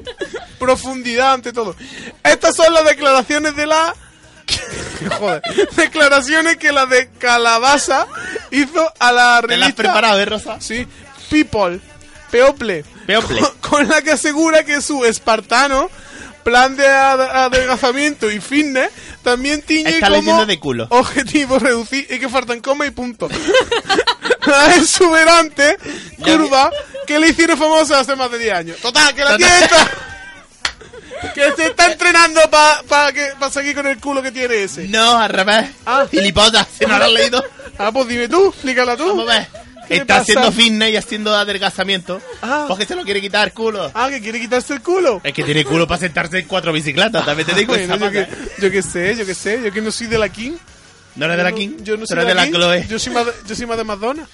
B: profundidad ante todo. Estas son las declaraciones de la... Joder. Declaraciones que la de Calabaza hizo a la
C: ¿Te la has
B: revista...
C: preparado, eh, Rosa?
B: Sí, People, People,
C: People.
B: Con, con la que asegura que su espartano plan de ad- adelgazamiento y fitness también tiñe
C: Está
B: como
C: leyendo de culo.
B: objetivo reducir y que faltan coma y punto. la exuberante curva que le hicieron famosa hace más de 10 años. Total, que la
C: Total.
B: dieta Que se está entrenando para pa que- pa seguir con el culo que tiene ese.
C: No, al revés.
B: Ah.
C: Gilipollas, si no lo has leído.
B: Ah, pues dime tú, explícala tú.
C: Vamos a ver.
B: ¿Qué le
C: Está
B: pasa?
C: haciendo fitness y haciendo adelgazamiento.
B: Ah.
C: Porque se lo quiere quitar, culo.
B: Ah, que quiere quitarse el culo.
C: Es que tiene culo para sentarse en cuatro bicicletas. También te digo,
B: Bueno,
C: esa
B: yo,
C: pata,
B: que,
C: ¿eh?
B: yo que sé, yo que sé, yo que no soy de la King.
C: No eres de la
B: Yo no-
C: King,
B: Yo no soy
C: pero
B: de la, King.
C: Chloe.
B: Yo soy más de, yo soy más de Madonna.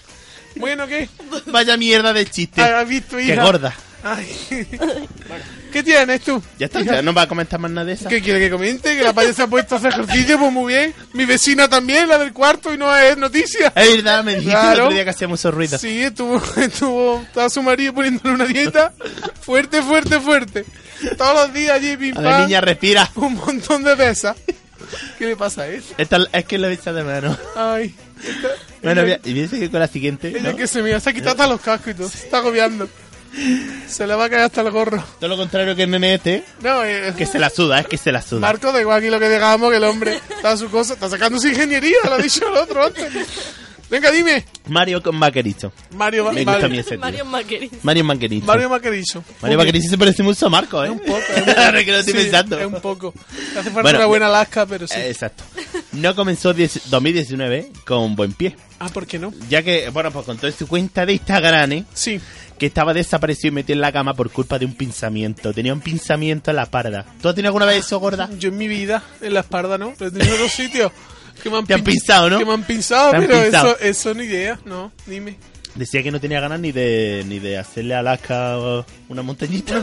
B: Bueno, ¿qué?
C: Vaya mierda de chiste.
B: ¿Has visto,
C: Qué
B: hija?
C: gorda.
B: Ay. ¿Qué tienes tú?
C: Ya está, ya no va a comentar más nada de esa.
B: ¿Qué quiere que comente? Que la paya se ha puesto a hacer ejercicio, pues muy bien. Mi vecina también, la del cuarto, y no es noticia.
C: Es verdad, me dijiste el
B: Claro.
C: otro día que hacía mucho ruido.
B: Sí, estuvo, estuvo, estaba su marido poniéndole una dieta fuerte, fuerte, fuerte. Todos los días allí, pim,
C: A ver,
B: pam,
C: niña, respira.
B: un montón de pesas. ¿Qué le pasa a él?
C: Esta es que lo he echado de mano.
B: Ay, esta-
C: Bueno,
B: ella,
C: mira, y piensa que con la siguiente.
B: ella
C: ¿no?
B: que se mira, se ha quitado hasta los cascos y todo, se está agobiando. Se le va a caer hasta el gorro.
C: Todo lo contrario que el meme este,
B: No, eh,
C: que se la suda, es que se la suda.
B: Marco, da igual aquí lo que digamos, que el hombre está a su cosa, está sacando su ingeniería, lo ha dicho el otro antes. Venga, dime.
C: Mario con Vaquerizo.
B: Mario,
C: Me
B: Val-
C: gusta a mí ese tío.
D: Mario Maquerín.
C: Mario Vaquerizo.
B: Mario Maquerizo.
C: Mario Vaquerizo se parece mucho a Marco, ¿eh?
B: Un poco. es un-
C: Ahora que lo estoy
B: sí,
C: pensando.
B: Es un poco. Hace falta
C: Bueno,
B: una buena Alaska, pero sí.
C: Eh, Exacto. No comenzó 10 2019 con buen pie.
B: Ah, ¿por qué no?
C: Ya que, bueno, pues contó en su cuenta de Instagram, ¿eh?
B: Sí.
C: que estaba desaparecido y metido en la cama por culpa de un pinzamiento. Tenía un pinzamiento en la parda. ¿Tú has tenido alguna vez eso, gorda?
B: Yo en mi vida, en la espalda, ¿no? Pero he tenido dos sitios que me han,
C: Te han
B: pin-
C: pinzado, ¿no?
B: Que me han pinzado,
C: Te han
B: pero
C: pinzado.
B: Eso, eso ni idea, ¿no? Dime.
C: Decía que no tenía ganas ni de ni de hacerle a Alaska una montañita.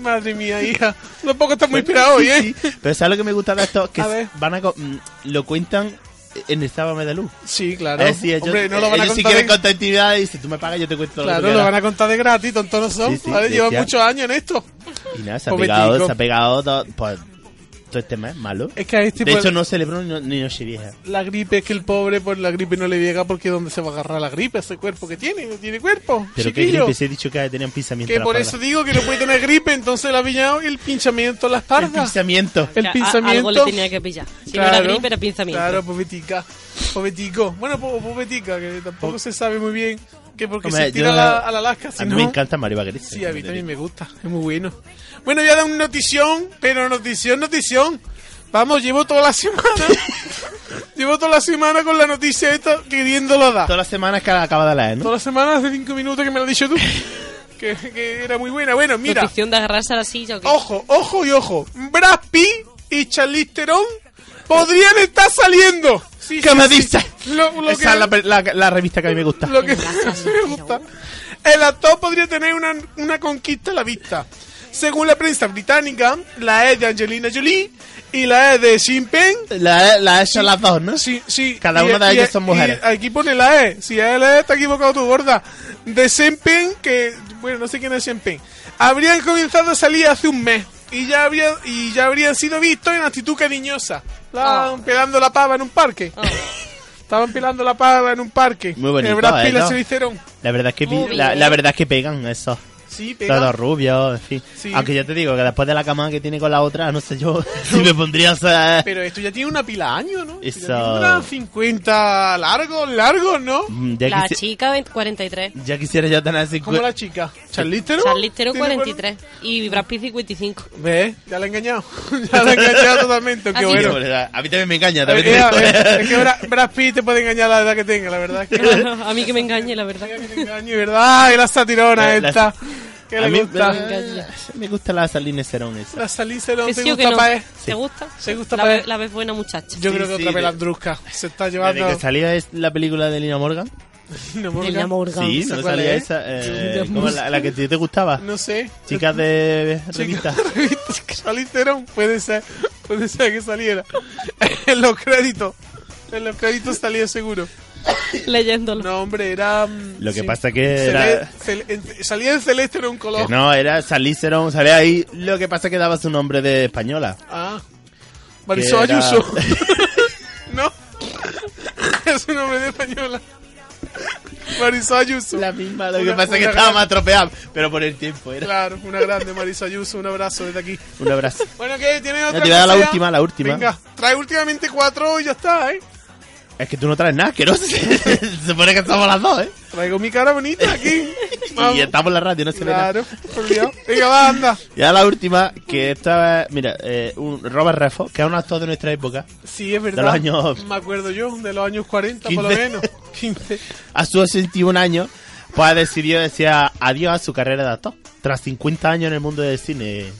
B: Madre mía, hija. Tampoco estás muy inspirado hoy, ¿eh?
C: Pero ¿sabes lo que me gusta de esto? Que
B: A ver.
C: van a co- mm, lo cuentan en el sábado de luz.
B: Sí, claro.
C: Es decir, ellos-
B: Hombre, no lo van a
C: ellos si
B: contar.
C: quieren
B: de-
C: contar actividades, dice, tú me pagas, yo te cuento todo
B: Claro,
C: que
B: lo
C: hagas".
B: van a contar de gratis, tontos no son.
C: Sí, sí,
B: ¿vale? Llevan
C: decía-
B: muchos años en esto.
C: Y nada, se ha
B: Pobre
C: pegado,
B: tico.
C: se ha pegado todo, pues, todo este mes malo.
B: Es que a este
C: de
B: pues,
C: hecho, no celebró ni, ni Nochevieja.
B: la gripe es que el pobre, pues la gripe no le llega porque ¿dónde se va a agarrar la gripe? Ese cuerpo que tiene, no tiene cuerpo.
C: Pero que
B: chiquillo.
C: gripe, se ha dicho que tenía un pinzamiento
B: Que
C: en la
B: por
C: espalda.
B: eso digo que no puede tener gripe, entonces la ha pillado el pinchamiento en la
C: El
B: espalda.
C: pinzamiento.
B: El
D: O sea, a-
B: pinzamiento.
D: Algo le tenía que pillar. Si no era gripe, era pinzamiento.
B: Claro, pobetica. Pobetico. Bueno, po- pobetica, que tampoco se sabe muy bien que porque
C: Hombre,
B: se tira
C: yo-
B: a la, a la Alaska, si
C: a mí
B: no...
C: me encanta Mario Vaquerizo.
B: Sí, a mí también me gusta, es muy bueno. Bueno, voy a dar una notición, pero notición, notición. Vamos, llevo toda la semana. llevo toda la semana con la noticia esta queriéndolo dar.
C: Todas las semanas que acaba de leer, ¿no?
B: Toda la semana hace cinco minutos que me lo has dicho tú. que, que era muy buena. Bueno, mira.
D: Nutrición de agarrarse a la silla. ¿o qué?
B: Ojo, ojo y ojo. Brad Pitt y Charlize Theron podrían estar saliendo. Sí,
C: ¿Qué
B: sí,
C: me
B: sí.
C: dices?
B: Lo, lo
C: Esa es la, pe- la- la revista que a mí me gusta.
B: lo que me gusta. El actor podría tener una, una conquista a la vista. Según la prensa británica, la E de Angelina Jolie y la E de Shin Pen.
C: La, la he hecho las dos, ¿no?
B: Sí, sí.
C: Cada
B: y-
C: una de
B: y-
C: ellas son
B: y
C: mujeres.
B: aquí pone la E. Si es la E, está equivocado tu gorda. De Shin Pen, que. Bueno, no sé quién es Shin Pen. Habrían comenzado a salir hace un mes. Y ya, habría, y ya habrían sido vistos en actitud cariñosa. Estaban pelando la pava en un parque. Estaban pelando la pava en un parque.
C: Muy bonito,
B: El Brad
C: ¿eh,
B: Pitt y la
C: no?
B: Charlize Theron.
C: La verdad es que pi-
D: Muy
C: la,
D: bien.
C: la verdad es que pegan eso.
B: Sí, pega.
C: Todos rubios, en fin.
B: Sí.
C: Aunque yo te digo que después de la cama que tiene con la otra, no sé yo si me pondría a ser-
B: Pero esto ya tiene una pila años, ¿no?
C: Eso.
B: Ya tiene unas 50 largos, largos, ¿no?
C: Mm, Ya,
D: La
C: quisi-
D: chica 20 43.
C: ya quisiera yo tener así.
B: Como la chica. Charlize Theron.
D: Charlize Theron
B: Tiene
D: 43 y Brad Pitt 55.
B: ¿Ves? Ya la he engañado. ya la he engañado totalmente. Qué
D: Así
C: Bueno,
B: bueno.
C: pues, A mí también me engaña.
B: Eh,
C: También
B: eh,
C: te digo.
B: eh, es que Brad, Brad Pitt te puede engañar la edad que tenga, la verdad. Es que
D: a mí que me engañe, la verdad.
B: te engaño, ¿verdad? Ay, la satirona
C: La- la-
B: esta. Que
C: A
B: le
C: mí
B: gusta.
C: eh, me gusta la Saline Cerón esa.
B: La Charlize Theron
D: Que
B: te
D: sí o que
B: gusta
D: no.
B: pa' él.
D: ¿Te gusta?
B: Te gusta
D: la,
B: pa'
D: ve-
B: él.
D: la ves buena muchacha.
B: Yo
C: Sí,
B: creo que
C: sí,
B: otra vez
C: de-
B: la Andrusca se está
C: Desde que
B: llevando.
C: salía es la película de Lina Morgan.
B: No,
D: Lina
B: Morgan.
D: Morgan.
C: Sí,
B: ¿esa
C: no
B: cuál
C: salía
B: es?
C: esa. eh,
D: Dios mío.
C: ¿cómo la, la que te, te gustaba.
B: No sé.
C: Chicas de revista.
B: Charlize Theron, puede ser, puede ser que saliera. en los créditos. En los créditos salía seguro.
D: Leyéndolo.
B: No, hombre, era. mm,
C: Lo que pasa que
B: Cele-
C: era-
B: cel- en- salía en celeste en un color.
C: Que no, era Saliceron, salía ahí. Lo que pasa es que daba su nombre de española.
B: Ah. Marisol
C: Que era-
B: Ayuso. no. es un nombre de española. Marisol Ayuso.
C: La misma, lo que
B: Una-
C: pasa es que
B: una
C: estaba
B: gran-
C: más tropeada, pero por el tiempo era.
B: Claro, una grande Marisol Ayuso. Un abrazo desde aquí.
C: Un abrazo.
B: Bueno, ¿qué? ¿Tienes otra
C: te voy a dar la
B: cosa ya?
C: última, la última.
B: Venga, trae últimamente cuatro y ya está, ¿eh?
C: Es que tú no traes nada, que no Se supone que estamos las dos, ¿eh?
B: Traigo mi cara bonita aquí. Vamos.
C: Y estamos en la radio, no se ve nada.
B: Claro, por Dios. Venga, va, anda.
C: Ya la última, que esta es, mira, eh, un Robert Refo, que es un actor de nuestra época,
B: Sí, es verdad.
C: De los años-
B: Me acuerdo yo, de los años 40 por lo
C: 15.
B: menos. 15.
C: a sus 61 años, pues decidió decir adiós a su carrera de actor. Tras 50 años en el mundo del cine.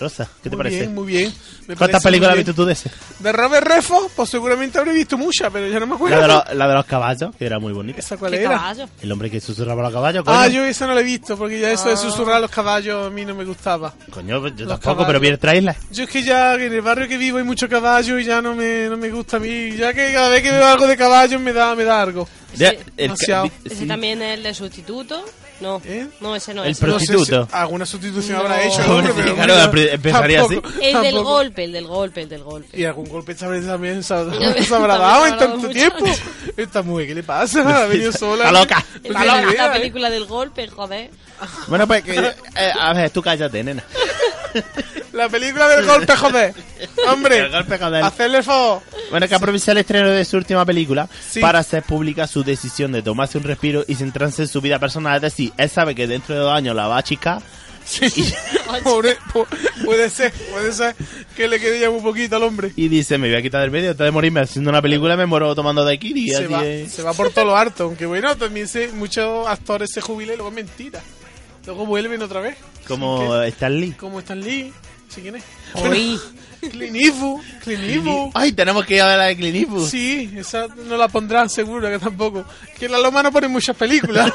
C: Rosa, ¿qué te
B: muy
C: parece?
B: Bien, muy bien. Me
C: ¿Cuántas
B: parece muy
C: películas has
B: bien.
C: visto tú de ese?
B: De Robert Refo, pues seguramente habré visto muchas, pero ya no me acuerdo.
C: La de, los, la de los caballos, que era muy bonita.
B: ¿Esa cuál
D: ¿Qué
B: era?
D: caballo?
C: El hombre que susurraba a los caballos, coño.
B: Ah, yo esa no la he visto, porque ya eso de susurrar a los caballos a mí no me gustaba.
C: Coño, pues, yo
B: Los
C: tampoco, pero
B: caballos.
C: vi el trailer.
B: Yo es que ya en el barrio que vivo hay mucho caballo y ya no me, no me gusta a mí. Ya que cada vez que veo algo de caballos me da, me da algo.
C: Ya, el, ca-
B: demasiado.
C: vi-
D: Ese
C: sí.
D: también es el de sustituto. No,
B: ¿Eh?
D: no, ese no
C: El
D: es.
C: pro- Prostituto.
B: No sé si alguna sustitución
D: No.
B: habrá hecho. el
C: Hombre,
B: hombre,
C: sí,
B: pero
C: claro,
B: bueno,
C: al pri- empezaría así.
D: El del
B: tampoco.
D: golpe, el del golpe, el del golpe.
B: Y algún golpe esta vez también se, ha-
D: También
B: se habrá
D: se
B: dado
D: habrá
B: en
D: dado
B: tanto
D: mucho.
B: tiempo. Esta mujer, ¿qué le pasa? Ha venido sola.
C: Está loca.
B: No
D: El
B: tiene
D: de
B: idea,
D: la
B: ¿eh?
D: película del golpe, joder.
C: Bueno, pues, que- eh, a ver, tú cállate, nena.
B: La película del golpe, joder. Hombre,
C: El golpe, joder.
B: hacerle el favor.
C: Bueno, que aprovecha el estreno de su última película
B: Sí.
C: para hacer pública su decisión de tomarse un respiro y centrarse en su vida personal. Es decir, él sabe que dentro de dos años la va a chicar.
B: Pobre, po- puede ser, puede ser que le quede ya un poquito al hombre.
C: Y dice, me voy a quitar del medio, antes de morirme haciendo una película me muero tomando daiquiri.
B: Se
C: así
B: va,
C: es.
B: se va por todo lo harto, aunque bueno, también se, muchos actores se jubilan y luego es mentira. Luego vuelven otra vez.
C: Como
B: Así
C: Stan Lee.
B: que, como Stan Lee, ¿sí quién es?
D: Uy.
B: Clint Eastwood, Clint Eastwood.
C: Ay, tenemos que ir a ver la de Clint Eastwood.
B: Sí, esa no la pondrán seguro que tampoco. Que en la loma no ponen muchas películas.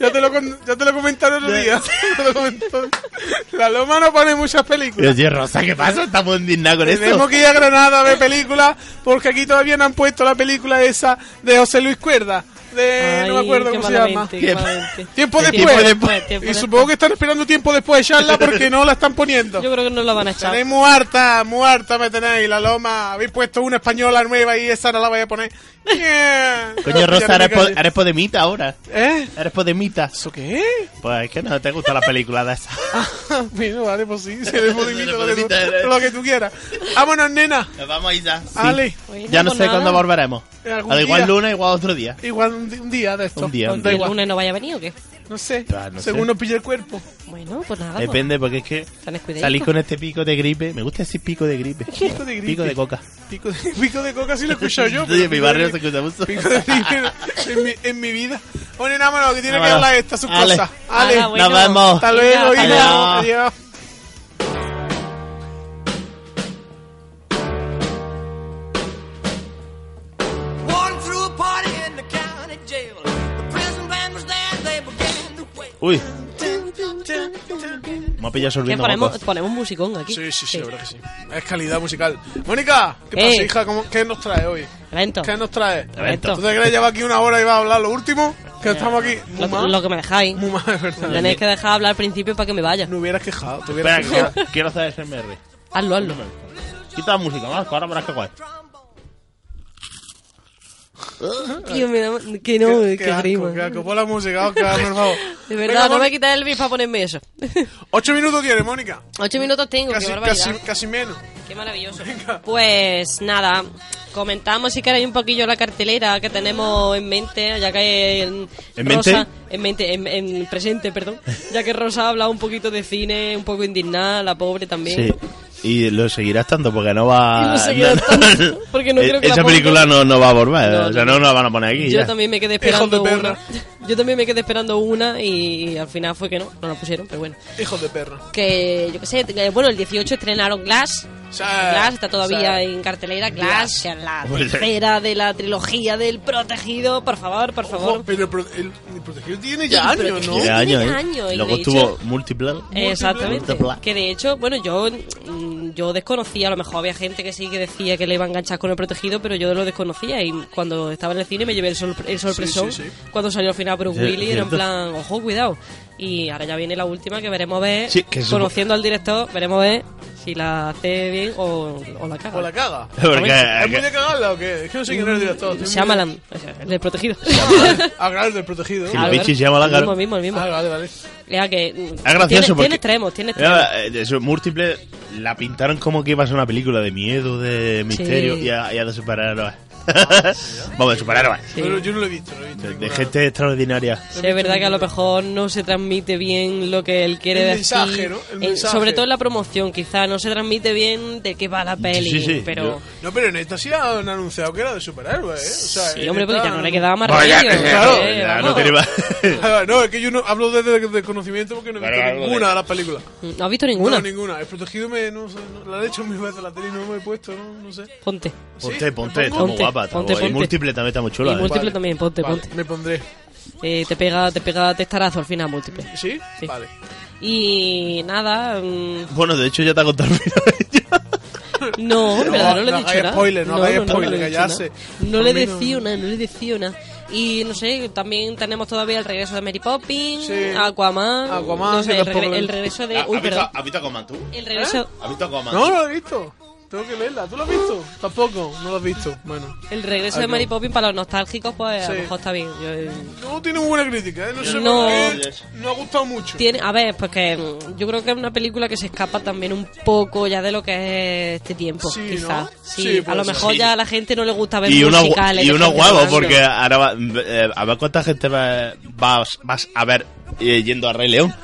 B: ya, te lo, con- ya te lo comentaron otro día. Te lo comentó. la loma no pone muchas
C: Y
B: películas.
C: Oye, Rosa, ¿qué pasa? Estamos indignados con
B: Tenemos
C: esto.
B: que ir a Granada a ver películas, porque aquí todavía no han puesto la película esa de José Luis Cuerda. De, Eh, no me
D: Ay,
B: acuerdo
D: qué
B: cómo se llama.
D: malamente,
C: ¿Qué?
D: qué malamente.
B: Tiempo después.
D: Tiempo después, tiempo
B: y
D: después.
B: supongo que están esperando tiempo después de echarla porque no la están poniendo.
D: Yo creo que no lo van a echar.
B: Tenéis muy harta, muy harta me tenéis, la loma. Habéis puesto una española nueva y esa no la vais a poner. Yeah.
C: Coño,
B: Ya
C: Rosa,
B: no me
C: eres, po-
B: calles.
C: eres podemita ahora.
B: ¿Eh?
C: Eres podemita.
B: ¿Eso qué?
C: Pues es que no te gusta la película de esa.
B: bueno, vale, pues sí, se le podimita lo, que tú-
C: Podimita, eh.
B: lo que tú quieras. Vámonos, nena.
C: Nos vamos ya. Sí.
B: Ale,
D: Oye,
C: Ya no
D: pues
C: sé
D: nada.
C: cuándo volveremos.
B: En algún
C: Al igual
B: día.
C: lunes, igual otro día.
B: igual un, di- un día de esto.
C: Un día, un
B: Da
D: ¿El
B: igual.
D: lunes no vaya a venir o qué?
B: No sé,
C: Ah, no sé.
B: según nos pilla el cuerpo.
D: Bueno, pues nada. pues.
C: Depende, porque es que
D: Tan descuidadito.
C: salís con este pico de gripe. Me gusta decir pico de gripe.
B: Pico de gripe.
C: Pico de coca.
B: Pico de, pico de coca sí lo he escuchado yo.
C: Oye, en mi
B: pero
C: barrio se
B: pico de-
C: escucha mucho.
B: pico de gripe en, mi, en mi vida. Bueno, nada, bueno, que tiene que
C: Vámonos.
B: hablar esta, sus
C: Ale.
B: cosas. Ale,
D: Ala, Ah, bueno.
C: Nos vemos.
B: hasta luego,
D: Venga,
B: Ina.
C: adiós.
B: Adiós.
I: Walking through a party in the county jail. The prison band was there, they began to wail.
C: Uy. Me ha pillado
D: ¿Qué
C: sorbiendo
D: ponemos,
C: mocos.
D: ponemos musicón aquí.
B: Sí, sí, sí, la verdad que sí. Es calidad musical. Mónica, ¿qué pasa,
D: Eh. Oh.
B: hija? ¿Cómo- ¿Qué nos trae hoy?
D: Lento.
B: ¿Qué nos trae?
C: Evento.
B: ¿Tú te crees que lleva aquí una hora y va a hablar lo último? Que estamos aquí. Muy
D: Lo,
B: mal.
D: lo que me dejáis.
B: Muy mal, es
D: Pues Me
B: verdad.
D: Tenéis que dejar hablar al principio para que me vaya.
B: No hubieras quejado. Te hubieras
C: Espera, que
B: quejado.
C: quiero, quiero hacer ese MR.
D: Hazlo, hazlo.
C: Quita la música, más, ahora verás que guay.
D: Tío, me da... Que no,
B: Qué-
D: que
B: qué asco,
D: grima.
B: qué asco. Pon la música, Oscar, por favor.
D: De
B: Venga,
D: verdad, no
B: Mónica.
D: me quites el bis para ponerme eso.
B: Ocho minutos tiene, Mónica.
D: Ocho minutos tengo,
B: Casi,
D: qué barbaridad.
B: casi, casi menos.
D: Qué maravilloso. Pues nada, comentamos si queréis un poquillo la cartelera que tenemos en mente, ya que en,
C: ¿En
D: Rosa,
C: mente?
D: en mente, en, en presente, perdón, ya que Rosa ha hablado un poquito de cine, un poco indignada, la pobre también.
C: Sí. Y lo seguirás tanto porque no va.
D: Y lo seguirá tanto, porque no
C: Eh,
D: creo que la
C: Esa
D: pongan.
C: película no, no va a volver. eh,
D: No,
C: o sea,
D: no.
C: no, no la van a poner aquí.
D: Yo
C: ya.
D: también me quedé esperando
B: Hijos de
D: una.
B: perra.
D: Yo también me quedé esperando una y, al final fue que no, no la pusieron, pero bueno.
B: Hijos de perra.
D: Que yo qué sé, que, bueno, el 18 estrenaron Glass.
B: Sí,
D: Glass está todavía
B: Ah, sí.
D: en cartelera. Glass, ya la
C: Hombre.
D: tercera de la trilogía del protegido. Por favor, por
B: Ojo,
D: favor.
B: pero el, pro- el- el protegido tiene ya años,
D: El
B: ¿no?
D: protegido.
C: Tiene años, ¿eh?
D: años, y
C: Luego
D: de
C: tuvo
D: hecho-
C: múltiples.
D: Exactamente.
C: Multipla.
D: Que de hecho, bueno, yo mm, yo desconocía, a lo mejor había gente que sí que decía que le iba a enganchar con el protegido, pero yo lo desconocía y cuando estaba en el cine me llevé el, sorpre- el sorpresón
B: sí, sí.
D: cuando salió al final Bruce
C: Sí,
D: Willis, era en
C: cierto.
D: plan, ojo, cuidado. Y ahora ya viene la última que veremos a ver,
C: Sí, que se supo-
D: conociendo al director, veremos a ver si la hace bien o, o la caga.
B: O Pues la caga.
C: Porque,
B: ¿Es muy de cagarla o qué? Es que no sé quién es el director. tío.
D: Shyamalan, o sea, el del protegido.
B: Ah, claro, el del protegido.
C: Sí, lo vi. bichis Shyamalan,
D: El
C: claro.
D: mismo, el mismo, el mismo.
B: Ah, vale, vale.
D: Ya que, mm,
C: Es gracioso
D: tiene,
C: porque...
D: tiene extremos, tiene extremos.
C: Mira, eh, de su múltiple la pintaron como que iba a ser una película de miedo, de misterio
D: Sí.
C: y, a, y a de superhéroes. Vamos, de superhéroes.
D: Sí.
B: Pero yo no lo he visto, no lo he visto.
C: De, de
B: ninguna.
C: gente extraordinaria.
D: Sí, es verdad que a lo mejor no se transmite bien lo que él quiere
B: El
D: decir.
B: mensaje, ¿no? El
D: Eh,
B: mensaje.
D: sobre todo en la promoción, quizá no se transmite bien de qué va la peli,
C: sí, sí,
D: pero
B: No, pero en esta sí han anunciado que era de superhéroes, ¿eh? O sea,
D: sí,
B: en
D: hombre,
B: esta
D: porque ya no le
B: han-
D: quedaba más
C: Vaya,
D: remedio.
B: claro,
D: eh,
C: ya no
D: vamos.
C: tiene más.
B: Ah, No, es que yo no hablo desde el desconocimiento porque no he visto
C: Claro, algo
B: ninguna
C: de-
B: de las películas.
D: No has visto ninguna.
B: No, ninguna. El protegido me, no sé, no- la he hecho mil veces la tele y no me he puesto, no, no sé.
D: Ponte.
C: Ponte,
B: ¿Sí?
C: ponte,
B: ¿Me
C: está
B: pongo?
C: muy guapa. está
D: Ponte,
C: guapa. Y
D: ponte.
C: múltiple también está muy chula.
D: Y
C: ¿eh?
D: múltiple. también, ponte, ponte.
B: Me pondré.
D: Eh, te pega, te pega testarazo al final múltiple.
B: ¿Sí?
D: Sí.
B: Vale.
D: Y nada, mm,
C: Bueno, de hecho ya te ha contado el final.
D: no, en
B: No,
D: verdad no, le
B: no
D: he dicho
B: hagáis
D: nada.
B: spoiler, no hagáis spoiler,
D: le he dicho
B: callarse.
D: nada. No le
B: A mí no-
D: decía nada, no le decía nada. Y no sé, también tenemos todavía el regreso de Mary Poppins,
B: Sí.
D: Aquaman,
B: Aquaman,
D: no sé,
B: que
D: el,
B: tampoco
D: regre-
B: lo-
D: el regreso de...
C: Ah,
D: Uy,
C: ¿Has visto-
D: perdón.
C: has visto a Coman tú?
D: El
B: ¿Eh?
D: regreso,
C: ¿Has visto a Coman?
B: No, no la he visto. Tengo que leerla. ¿Tú la has visto? Tampoco. No la has visto. Bueno.
D: el regreso
B: Ah,
D: de
B: no.
D: Mary Poppins para los nostálgicos, pues a
B: Sí.
D: lo mejor está bien. Yo, eh,
B: No tiene muy buena crítica, ¿eh? No sé
D: No.
B: por qué. No ha gustado mucho.
D: tiene, a ver, porque mm, yo creo que es una película que se escapa también un poco ya de lo que es este tiempo,
B: Sí,
D: quizás.
B: ¿no?
D: Sí,
B: Sí,
D: a
B: puede
D: lo
B: ser.
D: mejor
C: Sí.
D: ya a la gente no le gusta ver
C: y unos,
D: Pues musicales.
C: y
D: de
C: unos
D: gente
C: huevos,
D: hablando.
C: porque ahora va, eh, a ver cuánta gente va, vas, vas a ver eh, yendo a Rey León.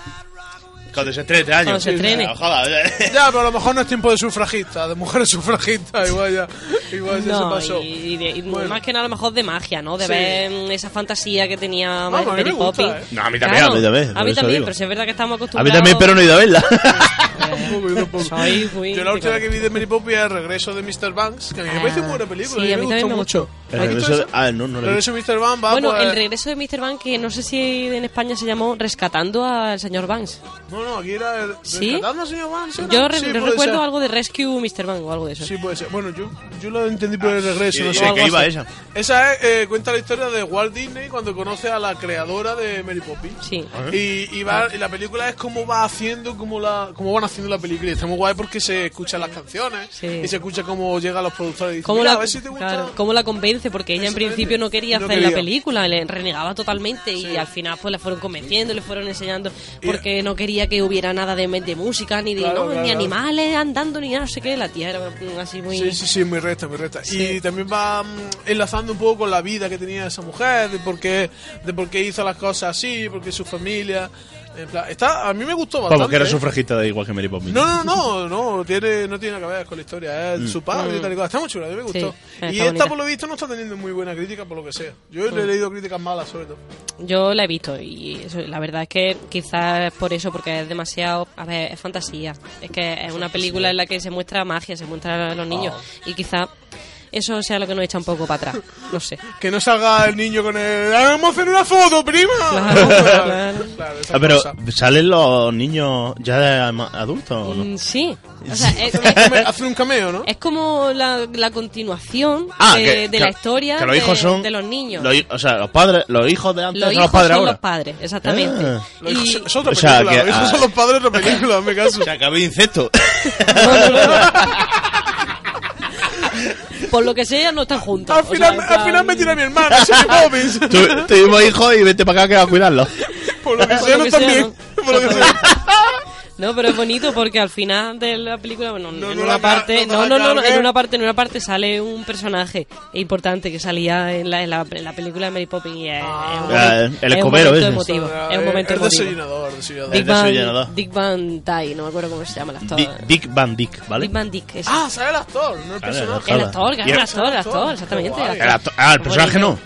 C: Cuando se estrene este año.
D: Cuando se estrene.
C: Ah, joder, eh.
B: Ya, pero a lo mejor no es tiempo de sufragista, de mujeres sufragistas. Igual ya, igual ya
D: No,
B: se pasó.
D: y, y de- y
B: Bueno.
D: más que nada a lo mejor de magia, ¿no? De
B: Sí.
D: ver mm, esa fantasía que tenía
B: Vamos, a mí
D: Mary
B: me gusta,
D: Poppins.
B: ¿eh?
C: No, a mí también, a mí también,
D: A
C: por
D: mí
C: eso
D: también,
C: digo.
D: pero si es verdad que estamos
C: a
D: acostumbrados.
C: mí también, pero no he ido a verla.
B: Tampoco, yo tampoco.
D: Soy muy
B: Yo la última
D: picante.
B: que vi de Mary Poppins era El regreso de Mr. Banks, que a mí me
D: Ah,
B: parece muy buena película.
D: sí, a
B: me
D: mí
B: gustó
D: también me
B: mucho.
C: El
B: ¿Has
C: regreso
B: visto esa?
C: de- ah, no, no
B: El
C: la he visto.
B: regreso de Mr. Banks va
D: Bueno,
B: por-
D: el regreso de Mr. Banks, que no sé si en España se llamó Rescatando al señor Banks.
B: No, no, aquí era el...
D: ¿Sí?
B: ¿Rescatando al señor Banks? era?
D: Yo re-
B: Sí,
D: re-
B: puede
D: recuerdo
B: ser.
D: algo de Rescue Mr. Banks o algo de eso.
B: Sí, puede ser. Bueno, yo, yo lo entendí por
D: Ah,
B: el regreso.
C: ¿Y,
B: no
C: y
B: sé.
C: de
B: Algo
C: qué iba
B: así.
C: esa?
B: Esa es, eh, cuenta la historia de Walt Disney cuando conoce a la creadora de Mary Poppins.
D: Sí.
B: Y, y va- y la película es cómo va haciendo, cómo, la, cómo van haciendo la película. Y está muy guay porque se escuchan las canciones
D: Sí.
B: y se escucha cómo llegan los productores y dicen,
D: ¿Cómo
B: "Mira,
D: la,
B: a ver si te gusta.
D: claro, cómo la convence? Porque ella en
B: Exactamente.
D: principio no quería
B: No
D: hacer la
B: quería.
D: película, le renegaba totalmente y
B: Sí.
D: al final pues le fueron convenciendo, le fueron enseñando
B: Y-
D: porque no quería que hubiera nada de, de música, ni de
B: Claro,
D: no,
B: claro,
D: ni
B: claro.
D: animales andando, ni nada, no sé qué. La tía era mm, así muy...
B: Sí, sí, sí, muy recta, muy recta.
D: Sí.
B: Y también va mm, enlazando un poco con la vida que tenía esa mujer, de por qué, de por qué hizo las cosas así, porque su familia. en plan, está, a mí me gustó bastante.
C: Vamos, que era
B: ¿eh?
C: sufragista de igual que Mary Poppins.
B: No, no, no, no, tiene, no tiene nada que ver con la historia.
C: Mm.
B: Es su padre y tal y cual. Está muy chula, a mí me
D: Mm. Sí,
B: gustó.
D: está
B: y esta,
D: bonita. Mm.
B: por lo visto, no está teniendo muy buena crítica, por lo que sea. Yo le he leído críticas malas, sobre todo.
D: Yo la he visto y eso, la verdad es que quizás es por eso, porque es demasiado... A ver, es fantasía. Es que es una película en la que se muestra magia, se muestra a los niños
B: Ah.
D: y quizás eso sea lo que nos echa un poco para atrás. No sé.
B: Que no salga el niño con el. ¡Vamos a hacer una foto, prima!
D: Claro, claro.
B: Claro, esa
C: Ah, pero
B: cosa.
C: ¿salen los niños ya de ama- adultos o no?
D: Mm, Sí. O sea, es- es-
B: Hacer un cameo, ¿no?
D: Es como la, la continuación
C: Ah,
D: de,
C: que-
D: de
C: que-
D: la historia
C: que los
D: de,
C: hijos son
D: de los niños.
C: los hi- o sea, los padres, los hijos de antes
D: Los
C: son
D: hijos
C: los padres
D: son
C: ahora.
D: los padres, exactamente.
C: Ah.
B: Lo
D: Y-
B: dijo- es otra
C: O sea,
B: película.
C: que-
B: lo dijo-
C: ah.
B: son los padres de la película, me caso.
C: O sea, que había incesto.
D: por lo que sea, no están juntos.
B: al,
D: O sea,
B: final,
D: en
B: al
D: plan-
B: final me tira mi hermana, ese es mi Poppins.
C: Tu- Tuvimos hijos y vete para acá que va a cuidarlos.
B: Por lo que
D: por
B: sea,
D: lo
B: no
D: que
B: están
D: sea,
B: bien.
D: ¿no?
B: Por lo que sea.
D: No, pero es bonito porque al final de la película, bueno,
B: No,
D: en
B: no
D: una
B: la ca-
D: parte,
B: no la
D: no, no, no, no,
B: cargues.
D: en una parte, en una parte sale un personaje importante que salía en la, en la, en la película de Mary Poppins y es, es un,
C: Ah,
D: momento-
C: el
D: es un
C: escobero
D: momento
C: ese.
D: emotivo,
B: Ah,
D: es un momento
B: El
D: emotivo.
B: desayunador, desayunador.
D: Dick
C: de Sevilla,
D: Van,
C: ¿no?
D: Dick Van Dyke, no me acuerdo cómo se llama la actor.
C: Dick, Dick Van Dick, ¿vale?
D: Dick Van Dyke, ese.
B: Ah, sale el actor, no el
C: Sale el
B: personaje.
D: El
C: Ojalá.
D: actor,
C: Y
D: claro,
C: el-
D: el actor, el actor,
B: Qué
D: exactamente.
B: guay.
D: el
C: El
D: actor.
C: acto- ah, el personaje no.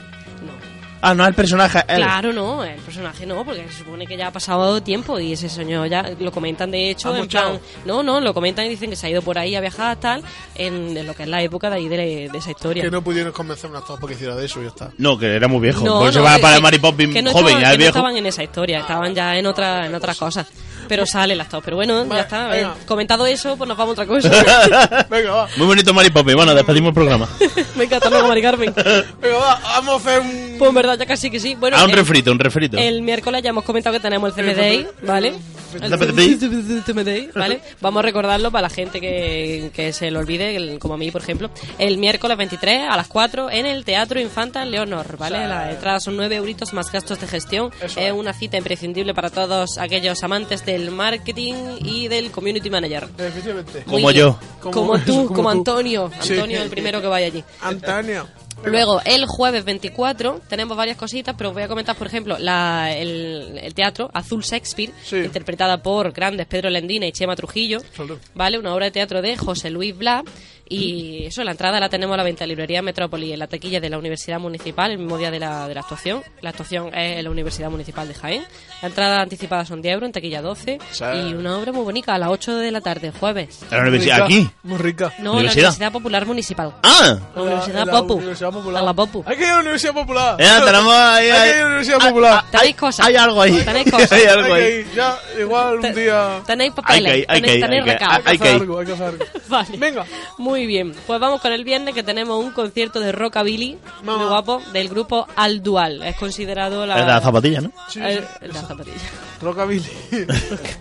C: Ah, no, el personaje. él.
D: Claro, no, el personaje no, porque se supone que ya ha pasado tiempo y ese señor ya lo comentan de hecho,
B: Ha
D: en plan,
B: mochao.
D: no, no, lo comentan y dicen que se ha ido por ahí a viajar tal, en, en lo que es la época de ahí de, de esa historia.
B: Que no pudieron convencer a un actor porque hiciera de eso y ya está.
C: No, que era muy viejo.
D: No,
C: Por eso
D: no,
C: va pues
D: que-
C: para
D: que-
C: Mary Poppins
D: que no
C: joven,
D: estaban,
C: ya es
D: que no
C: viejo.
D: estaban en esa historia, estaban ya en otra, en otras cosas. Pero sale el actor, pero bueno, ya está, eh,
B: venga.
D: comentado eso, pues nos vamos a otra cosa.
B: Venga, va.
C: Muy bonito Mary Poppins. Bueno, despedimos el programa.
D: Me encanta luego, Mari Carmen. Pues
B: Venga, va. Vamos a hacer un.
D: en verdad ya casi que sí. Bueno, eh,
C: Ah, un
D: el-
C: refrito, un refrito.
D: El miércoles ya hemos comentado que tenemos el CBDI, ¿vale?
C: El CBDI.
D: El CBDI, ¿vale? Vamos a recordarlo para la gente que, que se lo olvide, el- como a mí, por ejemplo. El miércoles 23 a las 4 en el Teatro Infanta Leonor, ¿vale? Las entradas son 9 euritos más gastos de gestión.
B: Eso
D: es
B: es.
D: una cita imprescindible para todos aquellos amantes del marketing y del community manager.
B: Efectivamente.
C: Como
D: Muy
C: yo.
D: bien. Como, tú, como,
B: tú.
D: Antonio.
B: Sí.
D: Antonio el primero que vaya allí.
B: Antonio.
D: Luego, el jueves 24 tenemos varias cositas, pero os voy a comentar, por ejemplo, la- el, el teatro Azul Shakespeare,
B: Sí.
D: interpretada por grandes Pedro Lendina y Chema Trujillo,
B: Salud.
D: ¿vale? Una obra de teatro de José Luis Blas. Y eso, la entrada la tenemos a la venta en librería Metrópoli, en la taquilla de la Universidad Municipal, el mismo día de la, de la actuación. La actuación es en la Universidad Municipal de Jaén. La entrada anticipada son 10 euros, en taquilla 12.
B: Sí.
D: Y una obra muy bonita, a las 8 de la tarde, jueves.
C: A la
B: Muy
C: universidad,
B: rica,
C: aquí.
B: Muy rica.
D: No, en la
C: ¿Universidad?
D: Universidad Popular Municipal.
C: ¡Ah!
D: La Universidad
B: En la
D: Popu.
B: Universidad Popular.
D: A la Popu.
B: Hay que ir a la Universidad Popular.
C: Eh, tenemos
B: Hay que
C: ahí-
B: ir a
C: ahí-
B: la Universidad
C: ah,
B: Popular.
C: ah,
D: Tenéis
C: hay-
D: cosas.
C: Hay algo ahí.
D: Tenéis cosas.
C: hay
B: Hay
C: algo
B: que
C: ahí.
B: ir. Ya, igual un día.
D: Tenéis
C: Hay que ir,
D: papeles,
C: hay que ir,
D: tenéis, tenéis
C: hay que ir.
D: recados.
B: Hay
C: hay
B: que
C: que
B: hacer
C: ir.
B: algo, hay que hacer algo.
D: Vale.
B: Venga.
D: Muy bien. Pues vamos con el viernes que tenemos un concierto de rockabilly
B: No.
D: muy guapo del grupo Al Dual. Es considerado la
C: Es la zapatilla, ¿no?
B: Sí,
D: el-
B: sí.
D: la zapatilla.
B: Rockabilly.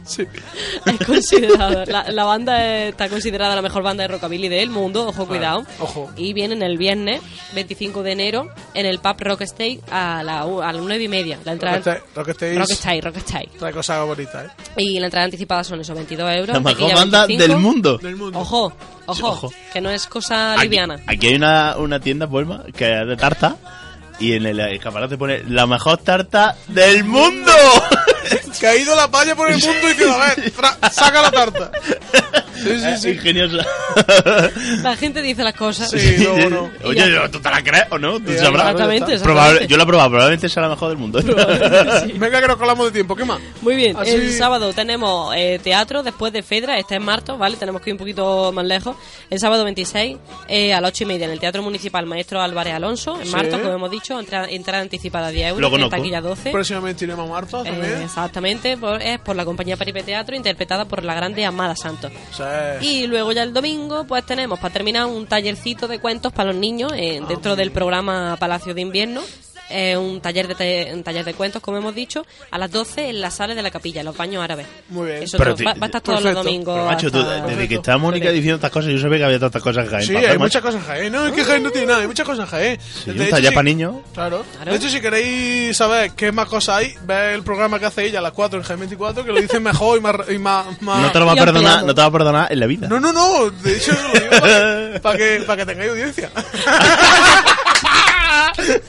B: sí.
D: Es considerado la, la banda eh, está considerada la mejor banda de rockabilly del mundo, ojo cuidado.
B: ojo.
D: Y vienen el viernes 25 de enero en el pub Rockstay a la u- a las 9 y media. La entrada
B: Rockstay- Rockstay.
D: Rockstay, Rockstay.
B: Trae cosas bonitas, ¿eh?
D: Y la entrada anticipada son esos 22 euros.
C: La mejor
D: taquilla
C: banda
D: 25.
C: del mundo.
B: Del mundo.
D: Ojo,
C: Sí,
D: ojo,
C: ojo.
D: que no es cosa
C: Aquí,
D: liviana.
C: aquí hay una, una tienda, Puelma, que es de tarta. Y en el escaparate pone la mejor tarta del mundo.
B: Que ha ido la palla por el mundo y que a ver, tra- saca la tarta. Sí, sí, sí.
C: Ingeniosa.
D: La gente dice las cosas.
B: Sí, luego no.
C: Oye, ¿tú te la crees o no? ¿Tú
B: Sí,
C: sabrás?
D: Exactamente, exactamente.
C: Probable- yo la he probado, probablemente sea la mejor del mundo.
B: Venga, que nos colamos de tiempo. ¿Qué más?
D: Muy bien,
B: Así-
D: el sábado tenemos eh, teatro después de Fedra, este es marzo, ¿vale? Tenemos que ir un poquito más lejos. El sábado 26 eh, a las 8 y media en el Teatro Municipal Maestro Álvarez Alonso, en
B: Sí.
D: marzo, como hemos dicho, entra- entrada anticipada 10
C: Lo
D: euros, en
C: conozco.
D: taquilla 12.
B: Próximamente iremos a Marta
D: Eh,
B: también.
D: exactamente, por- es por la compañía Peripe Teatro, interpretada por la grande Amada Santos.
B: Sí.
D: Y luego ya el domingo, pues tenemos para terminar un tallercito de cuentos para los niños eh,
C: Ah,
D: dentro del programa Palacio de Invierno. Eh, un taller de te- un taller de cuentos, como hemos dicho, a las 12 en la sala de la capilla, en los baños árabes.
B: Muy bien.
D: Eso
C: Pero
D: to-
C: te-
D: va, va a estar todos los
B: perfecto.
D: domingos.
C: Pero, macho, tú,
D: hasta-
C: desde que está Mónica diciendo estas cosas, yo sabía que había tantas cosas en Jaén.
B: Sí,
C: Para
B: hay
C: hacer,
B: muchas
C: macho.
B: cosas en Jaén. No, es que Jaén no tiene nada, hay muchas cosas en Jaén.
C: Sí, un taller para niños.
B: Claro.
D: Claro.
B: De hecho, si queréis saber qué más cosas hay, ve el programa que hace ella a las 4 en Jaén 24, que lo dicen mejor y más... y más- más-
C: No te lo va a
D: Ah, Y ampliado.
C: perdonar, no te va a perdonar en la vida.
B: No, no, no. De hecho, lo digo para que, para que, para que tengáis audiencia.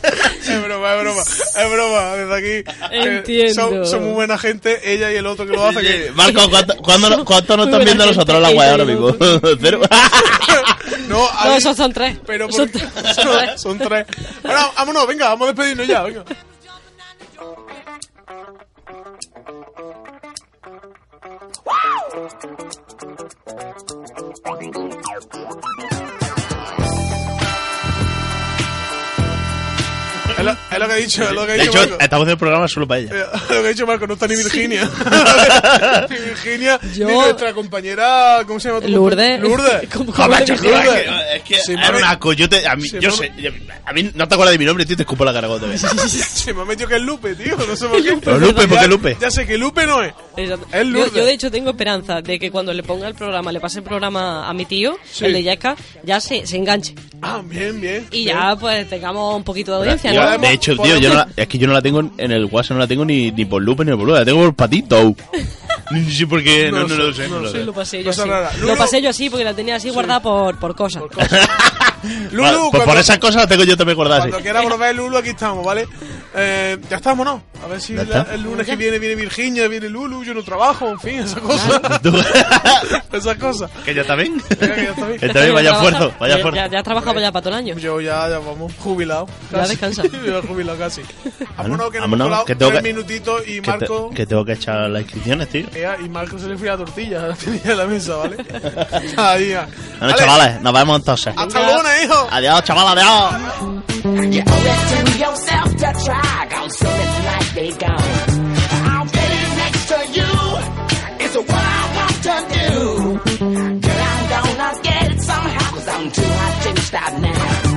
B: es broma, es broma. Es broma. Desde aquí. eh,
D: Entiendo.
B: Son, son muy buena gente, ella y el otro que lo hace.
C: Eh,
B: Que...
C: Marco, ¿cuánto, cuándo no- cuánto nos
D: Muy
C: están viendo
D: buena gente,
C: nosotros la guay ahora
D: ella y
C: mismo? Cero.
B: No, a
D: No,
B: mí-
D: esos son tres.
B: Pero
D: Son
B: porque-
D: tres.
B: son, son tres. Ahora, vámonos, venga, vamos a despedirnos ya, venga. Es lo, es lo que ha dicho, es lo que ha
C: De
B: dicho.
C: hecho,
B: Marco.
C: estamos haciendo el programa solo para ella.
B: Eh, Lo que ha dicho Marco, no está ni Virginia. ni Virginia,
D: Yo-
B: ni nuestra compañera, ¿cómo se llama? tu
D: Lourdes.
B: compañera? Lourdes. Ah,
D: ¿Cómo-
C: Joder,
D: cómo
C: macho,
D: le-
B: Lourdes.
C: es que- es que
B: Sí,
C: era
B: mami.
C: un asco. Yo te, a mí,
B: Sí,
C: yo
B: mami.
C: sé, a mí no te acuerdas de mi nombre, tío, te escupo la ¿eh? cara cuando ves.
B: Se me ha metido que es Lupe, tío. No sé por qué.
C: Pero Lupe, ¿por qué
B: Ya-
C: Lupe?
B: Ya sé que Lupe no es.
D: Exacto.
B: Es
D: yo,
B: Lourdes.
D: yo, de hecho tengo esperanza de que cuando le ponga el programa, le pase el programa a mi tío,
B: Sí.
D: el de Yasca, ya se, se enganche.
B: Ah, bien, bien.
D: Y
B: bien.
D: ya pues tengamos un poquito de audiencia,
C: Yo-
D: ¿no?
C: de hecho, tío, yo no la- es que yo no la tengo en, en el WhatsApp, no la tengo ni, ni por Lupe ni por Lupe, la tengo por Patito. Ni sé por qué, no, no, lo sé. no lo sé.
D: Lo pasé yo
B: Cosa
D: así.
B: rara.
D: Lo
B: Lulu-
D: pasé yo así porque la tenía así guardada por, por cosas.
B: Lulu,
C: Vale, pues por
B: cuando-
C: esas cosas la tengo yo también guardada.
B: Cuando
C: sí.
B: quiera volver, Lulu, aquí estamos, ¿vale? Eh, ya estamos, ¿no? A ver si
C: Ya
B: la-
C: está.
B: el lunes que viene viene Virginia, viene Lulu, yo no trabajo, en fin, esas cosas. esas cosas.
C: que ya está bien.
B: Venga, que ya está bien.
C: Que también vaya esfuerzo, vaya
D: Ya- Ya,
C: esfuerzo.
D: ya has trabajado ya para todo el año.
B: Yo ya, ya vamos, jubilado.
D: Ya
B: casi.
D: descansa.
B: yo ya jubilado casi. Vámonos, que nos hemos
C: vámonos,
B: colado
C: que tengo
B: tres
C: que-
B: minutitos y
C: Que, te-
B: Marco...
C: que tengo que echar las inscripciones, tío.
B: Ea, y Marco se le fue la tortilla, la tenía en la mesa, ¿vale? Ahí, ya.
C: Bueno,
B: Vale,
C: chavales, nos vemos entonces.
B: Hasta el lunes, hijo.
C: Adiós, chaval, adiós.
A: You owe it to yourself to try. Gone soon as night be gone. I'll be next to you. It's what I want to do. Girl, I'm gonna get it somehow. i I'm too hot to stop now.